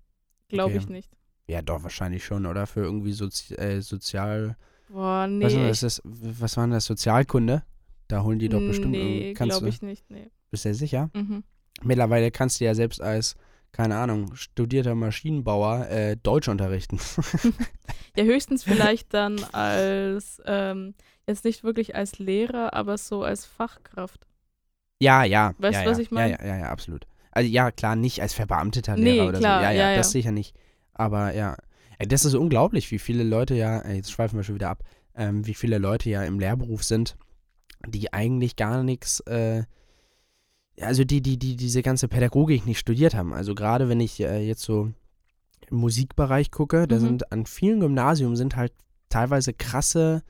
S2: Glaube
S3: Okay.
S2: ich nicht.
S3: Ja, doch, wahrscheinlich schon, oder? Für irgendwie Sozi äh, Sozial.
S2: Boah, nee.
S3: was, war
S2: ich-
S3: das, das, was war denn das? Sozialkunde? Da holen die doch bestimmt.
S2: Nee,
S3: irgendwie- kannst
S2: glaube
S3: du,
S2: ich nicht. Nee.
S3: Bist du sicher?
S2: Mhm.
S3: Mittlerweile kannst du ja selbst als, keine Ahnung, studierter Maschinenbauer äh, Deutsch unterrichten.
S2: Ja, höchstens vielleicht dann als, ähm, jetzt nicht wirklich als Lehrer, aber so als Fachkraft.
S3: ja, ja.
S2: Weißt
S3: ja,
S2: du, was
S3: ja,
S2: ich meine?
S3: Ja, ja, ja, ja, absolut. Also, ja, klar, nicht als verbeamteter
S2: Nee,
S3: Lehrer oder
S2: klar,
S3: so. Ja, ja,
S2: ja, ja.
S3: das sicher nicht. Aber ja. Ey, Das ist unglaublich, wie viele Leute ja, ey, jetzt schweifen wir schon wieder ab, ähm, wie viele Leute ja im Lehrberuf sind, die eigentlich gar nichts, äh, also die, die, die diese ganze Pädagogik nicht studiert haben. Also gerade wenn ich äh, jetzt so im Musikbereich gucke, da
S2: Mhm.
S3: sind an vielen Gymnasien sind halt teilweise krasse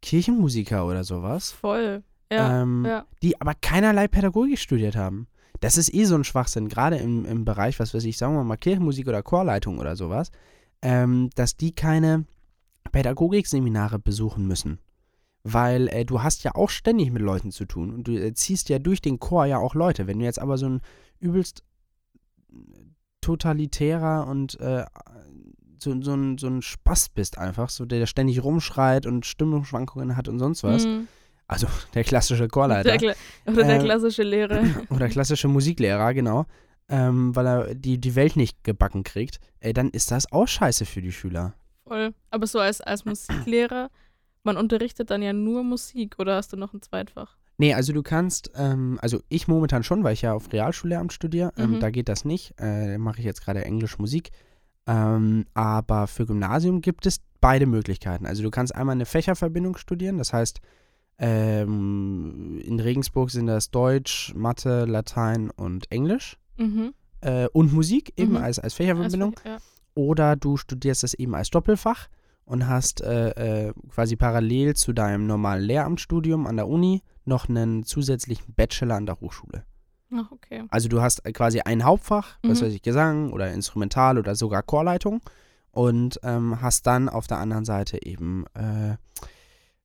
S3: Kirchenmusiker oder sowas,
S2: Voll. Ja.
S3: ähm,
S2: ja.
S3: die aber keinerlei Pädagogik studiert haben. Das ist eh so ein Schwachsinn, gerade im, im Bereich, was weiß ich, sagen wir mal Kirchenmusik oder Chorleitung oder sowas, ähm, dass die keine Pädagogikseminare besuchen müssen. Weil äh, du hast ja auch ständig mit Leuten zu tun und du äh, ziehst ja durch den Chor ja auch Leute. Wenn du jetzt aber so ein übelst totalitärer und äh, so, so, ein, so ein Spaß bist einfach, so der ständig rumschreit und Stimmungsschwankungen hat und sonst was,
S2: Mhm.
S3: also der klassische Chorleiter.
S2: Der Kla oder der
S3: Ähm,
S2: klassische Lehrer.
S3: oder klassische Musiklehrer, genau, ähm, weil er die, die Welt nicht gebacken kriegt, ey, dann ist das auch scheiße für die Schüler.
S2: Voll. Aber so als, als Musiklehrer, man unterrichtet dann ja nur Musik oder hast du noch ein Zweitfach?
S3: Nee, also du kannst, ähm, also ich momentan schon, weil ich ja auf Realschullehramt studiere, ähm,
S2: Mhm.
S3: da geht das nicht. Äh, da mache ich jetzt gerade Englisch Musik. Ähm, aber für Gymnasium gibt es beide Möglichkeiten. Also du kannst einmal eine Fächerverbindung studieren, das heißt, ähm, in Regensburg sind das Deutsch, Mathe, Latein und Englisch
S2: Mhm.
S3: äh, und Musik eben
S2: Mhm.
S3: als, als Fächerverbindung.
S2: Also, ja.
S3: oder du studierst es eben als Doppelfach und hast äh, äh, quasi parallel zu deinem normalen Lehramtsstudium an der Uni noch einen zusätzlichen Bachelor an der Hochschule.
S2: Ach, okay.
S3: Also du hast äh, quasi ein Hauptfach, was
S2: Mhm.
S3: weiß ich, Gesang oder Instrumental oder sogar Chorleitung und ähm, hast dann auf der anderen Seite eben äh,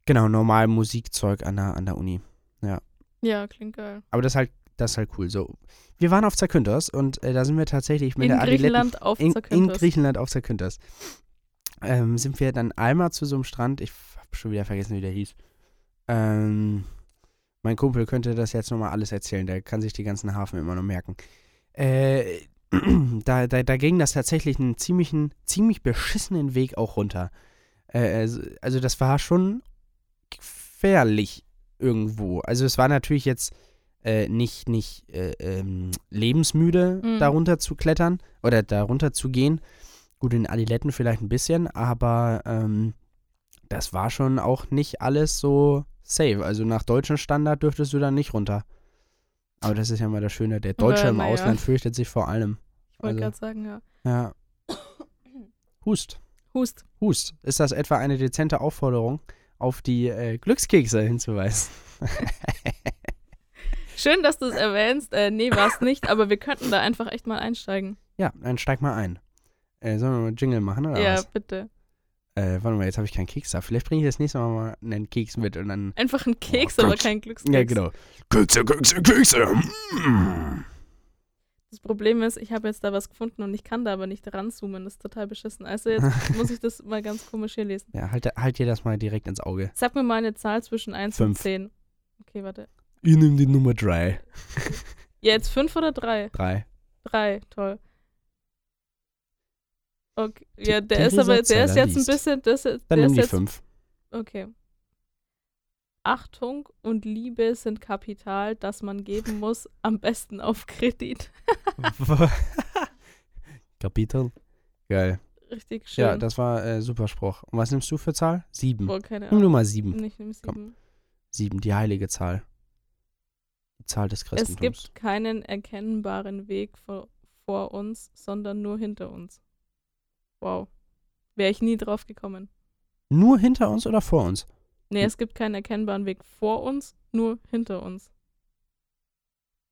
S3: genau normal Musikzeug an der, an der Uni.
S2: Ja, klingt geil.
S3: Aber das ist halt, das ist halt cool. So, wir waren auf Zakynthos und äh, da sind wir tatsächlich mit
S2: In
S3: der Adiletten
S2: Griechenland auf
S3: in, in
S2: Zakynthos.
S3: Griechenland auf Zakynthos. Ähm, sind wir dann einmal zu so einem Strand, ich habe schon wieder vergessen, wie der hieß. Ähm, mein Kumpel könnte das jetzt nochmal alles erzählen, der kann sich die ganzen Hafen immer noch merken. Äh, da, da, da ging das tatsächlich einen ziemlichen, ziemlich beschissenen Weg auch runter. Äh, also- also das war schon gefährlich irgendwo. Also es war natürlich jetzt äh, nicht, nicht äh, ähm, lebensmüde,
S2: Mhm.
S3: darunter zu klettern oder darunter zu gehen. Gut, in Adiletten vielleicht ein bisschen, aber ähm, das war schon auch nicht alles so safe. Also nach deutschem Standard dürftest du da nicht runter. Aber das ist ja mal das Schöne, der Deutsche
S2: Aber
S3: im
S2: naja.
S3: Ausland fürchtet sich vor allem.
S2: Ich wollte gerade
S3: also-
S2: sagen, ja.
S3: Ja. Hust.
S2: Hust.
S3: Hust. Ist das etwa eine dezente Aufforderung, auf die äh, Glückskekse hinzuweisen?
S2: Schön, dass du es erwähnst. Äh, nee, war es nicht, aber wir könnten da einfach echt mal einsteigen.
S3: Ja, dann steig mal ein. Äh, sollen wir mal einen Jingle machen oder
S2: ja,
S3: was?
S2: bitte.
S3: Äh, warte mal, jetzt habe ich keinen Keks da. Vielleicht bringe ich das nächste Mal mal einen Keks mit und dann.
S2: Einfach ein Keks,
S3: Oh
S2: aber
S3: Gott.
S2: kein Glückskeks.
S3: Ja, genau. Kekse, Kekse, Kekse. Mm.
S2: Das Problem ist, ich habe jetzt da was gefunden und ich kann da aber nicht ranzoomen. Das ist total beschissen. Also jetzt muss ich das mal ganz komisch hier lesen.
S3: Ja, halt, halt dir das mal direkt ins Auge.
S2: Sag mir mal eine Zahl zwischen 1
S3: Fünf.
S2: und 10. Okay, warte.
S3: Ich nehme die Nummer 3.
S2: Ja, jetzt 5 oder 3?
S3: 3.
S2: 3, toll. Okay. Ja, der,
S3: der
S2: ist aber, der ist
S3: Risotzeller
S2: jetzt ein
S3: liest.
S2: bisschen, das, der
S3: Dann
S2: ist
S3: nimm die
S2: jetzt,
S3: 5.
S2: okay. Achtung und Liebe sind Kapital, das man geben muss, am besten auf Kredit.
S3: Kapitel. Geil.
S2: Richtig schön.
S3: Ja, das war äh, super Spruch. Und was nimmst du für Zahl? 7.
S2: Boah, keine
S3: Nimm
S2: Ahnung.
S3: Nummer 7.
S2: Ich nehme
S3: Komm.
S2: sieben.
S3: 7, die heilige Zahl. Die Zahl des Christentums.
S2: Es gibt keinen erkennbaren Weg vor, vor uns, sondern nur hinter uns. Wow. Wäre ich nie drauf gekommen.
S3: Nur hinter uns oder vor uns?
S2: Nee,
S3: Hm.
S2: es gibt keinen erkennbaren Weg vor uns, nur hinter uns.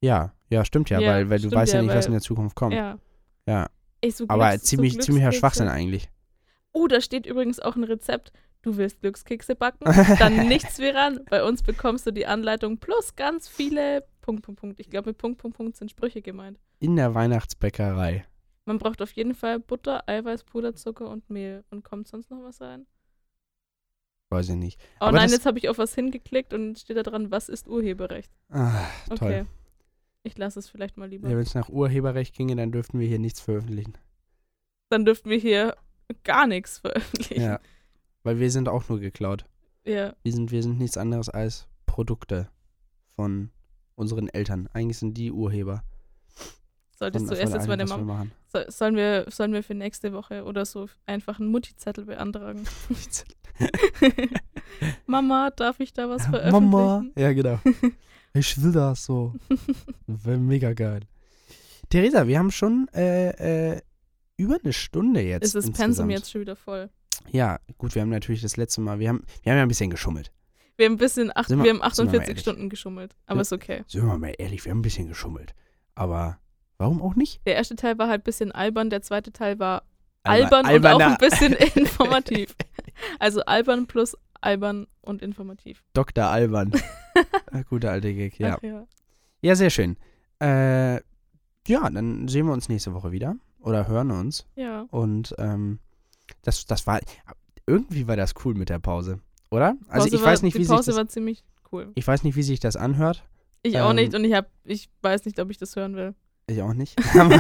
S3: Ja, ja, stimmt ja,
S2: Ja,
S3: weil, weil du
S2: stimmt
S3: weißt ja,
S2: ja,
S3: nicht, was
S2: weil-
S3: in der Zukunft kommt.
S2: Ja.
S3: Ja.
S2: Ey, so
S3: Aber
S2: Glücks-
S3: ziemlich,
S2: so
S3: ziemlicher
S2: Glückskekse.
S3: Schwachsinn eigentlich.
S2: Oh, da steht übrigens auch ein Rezept. Du willst Glückskekse backen? Dann nichts wie ran. Bei uns bekommst du die Anleitung plus ganz viele Punkt, Punkt, Punkt. Ich glaube, mit Punkt, Punkt, Punkt sind Sprüche gemeint.
S3: In der Weihnachtsbäckerei.
S2: Man braucht auf jeden Fall Butter, Eiweiß, Puderzucker und Mehl. Und kommt sonst noch was rein?
S3: Weiß ich nicht.
S2: Oh
S3: Aber
S2: nein,
S3: das-
S2: jetzt habe ich auf was hingeklickt und steht da dran, was ist Urheberrecht?
S3: Ah,
S2: Okay.
S3: Toll.
S2: Ich lasse es vielleicht mal lieber.
S3: ja, Wenn es nach Urheberrecht ginge, dann dürften wir hier nichts veröffentlichen.
S2: Dann dürften wir hier gar nichts veröffentlichen.
S3: Ja. Weil wir sind auch nur geklaut.
S2: ja.
S3: Wir sind, wir sind nichts anderes als Produkte von unseren Eltern. Eigentlich sind die Urheber.
S2: Solltest du erst jetzt meine Mama. So, sollen, wir, sollen wir für nächste Woche oder so einfach einen Mutti-Zettel beantragen? Mama, darf ich da was veröffentlichen?
S3: Mama. Ja, genau. Ich will das so. Wäre mega geil. Theresa, wir haben schon äh, äh, über eine Stunde jetzt.
S2: Ist das Pensum
S3: insgesamt.
S2: jetzt schon wieder voll?
S3: Ja, gut, wir haben natürlich das letzte Mal, wir haben, wir haben ja ein bisschen geschummelt.
S2: Wir haben ein bisschen, acht,
S3: Sind wir-
S2: wir haben
S3: sind wir mal
S2: 48
S3: ehrlich.
S2: Stunden geschummelt, aber
S3: Ja.
S2: ist okay.
S3: Sind wir mal ehrlich, wir haben ein bisschen geschummelt. Aber warum auch nicht?
S2: Der erste Teil war halt ein bisschen albern, der zweite Teil war
S3: Alber-
S2: albern und auch
S3: alberner
S2: ein bisschen informativ. Also albern plus albern und informativ.
S3: Dr. Alban. Ein Ah, Guter alte Gag, ja.
S2: Ach ja.
S3: Ja, sehr schön. Äh, ja, dann sehen wir uns nächste Woche wieder. Oder hören uns.
S2: ja.
S3: Und ähm, das, das war. Irgendwie war das cool mit der Pause, oder? Also
S2: Pause
S3: ich weiß
S2: war,
S3: nicht,
S2: die
S3: wie sich
S2: Pause
S3: das,
S2: war ziemlich cool.
S3: ich weiß nicht, wie sich das anhört.
S2: Ich auch
S3: Ähm,
S2: nicht und ich hab, ich weiß nicht, ob ich das hören will.
S3: Ich auch nicht. Aber,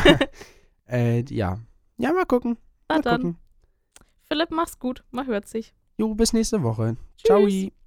S3: äh, ja. Ja, mal gucken.
S2: Na
S3: Mal
S2: dann,
S3: gucken.
S2: Philipp, mach's gut. Man hört sich.
S3: Jo, bis nächste Woche.
S2: Tschüss.
S3: Ciao.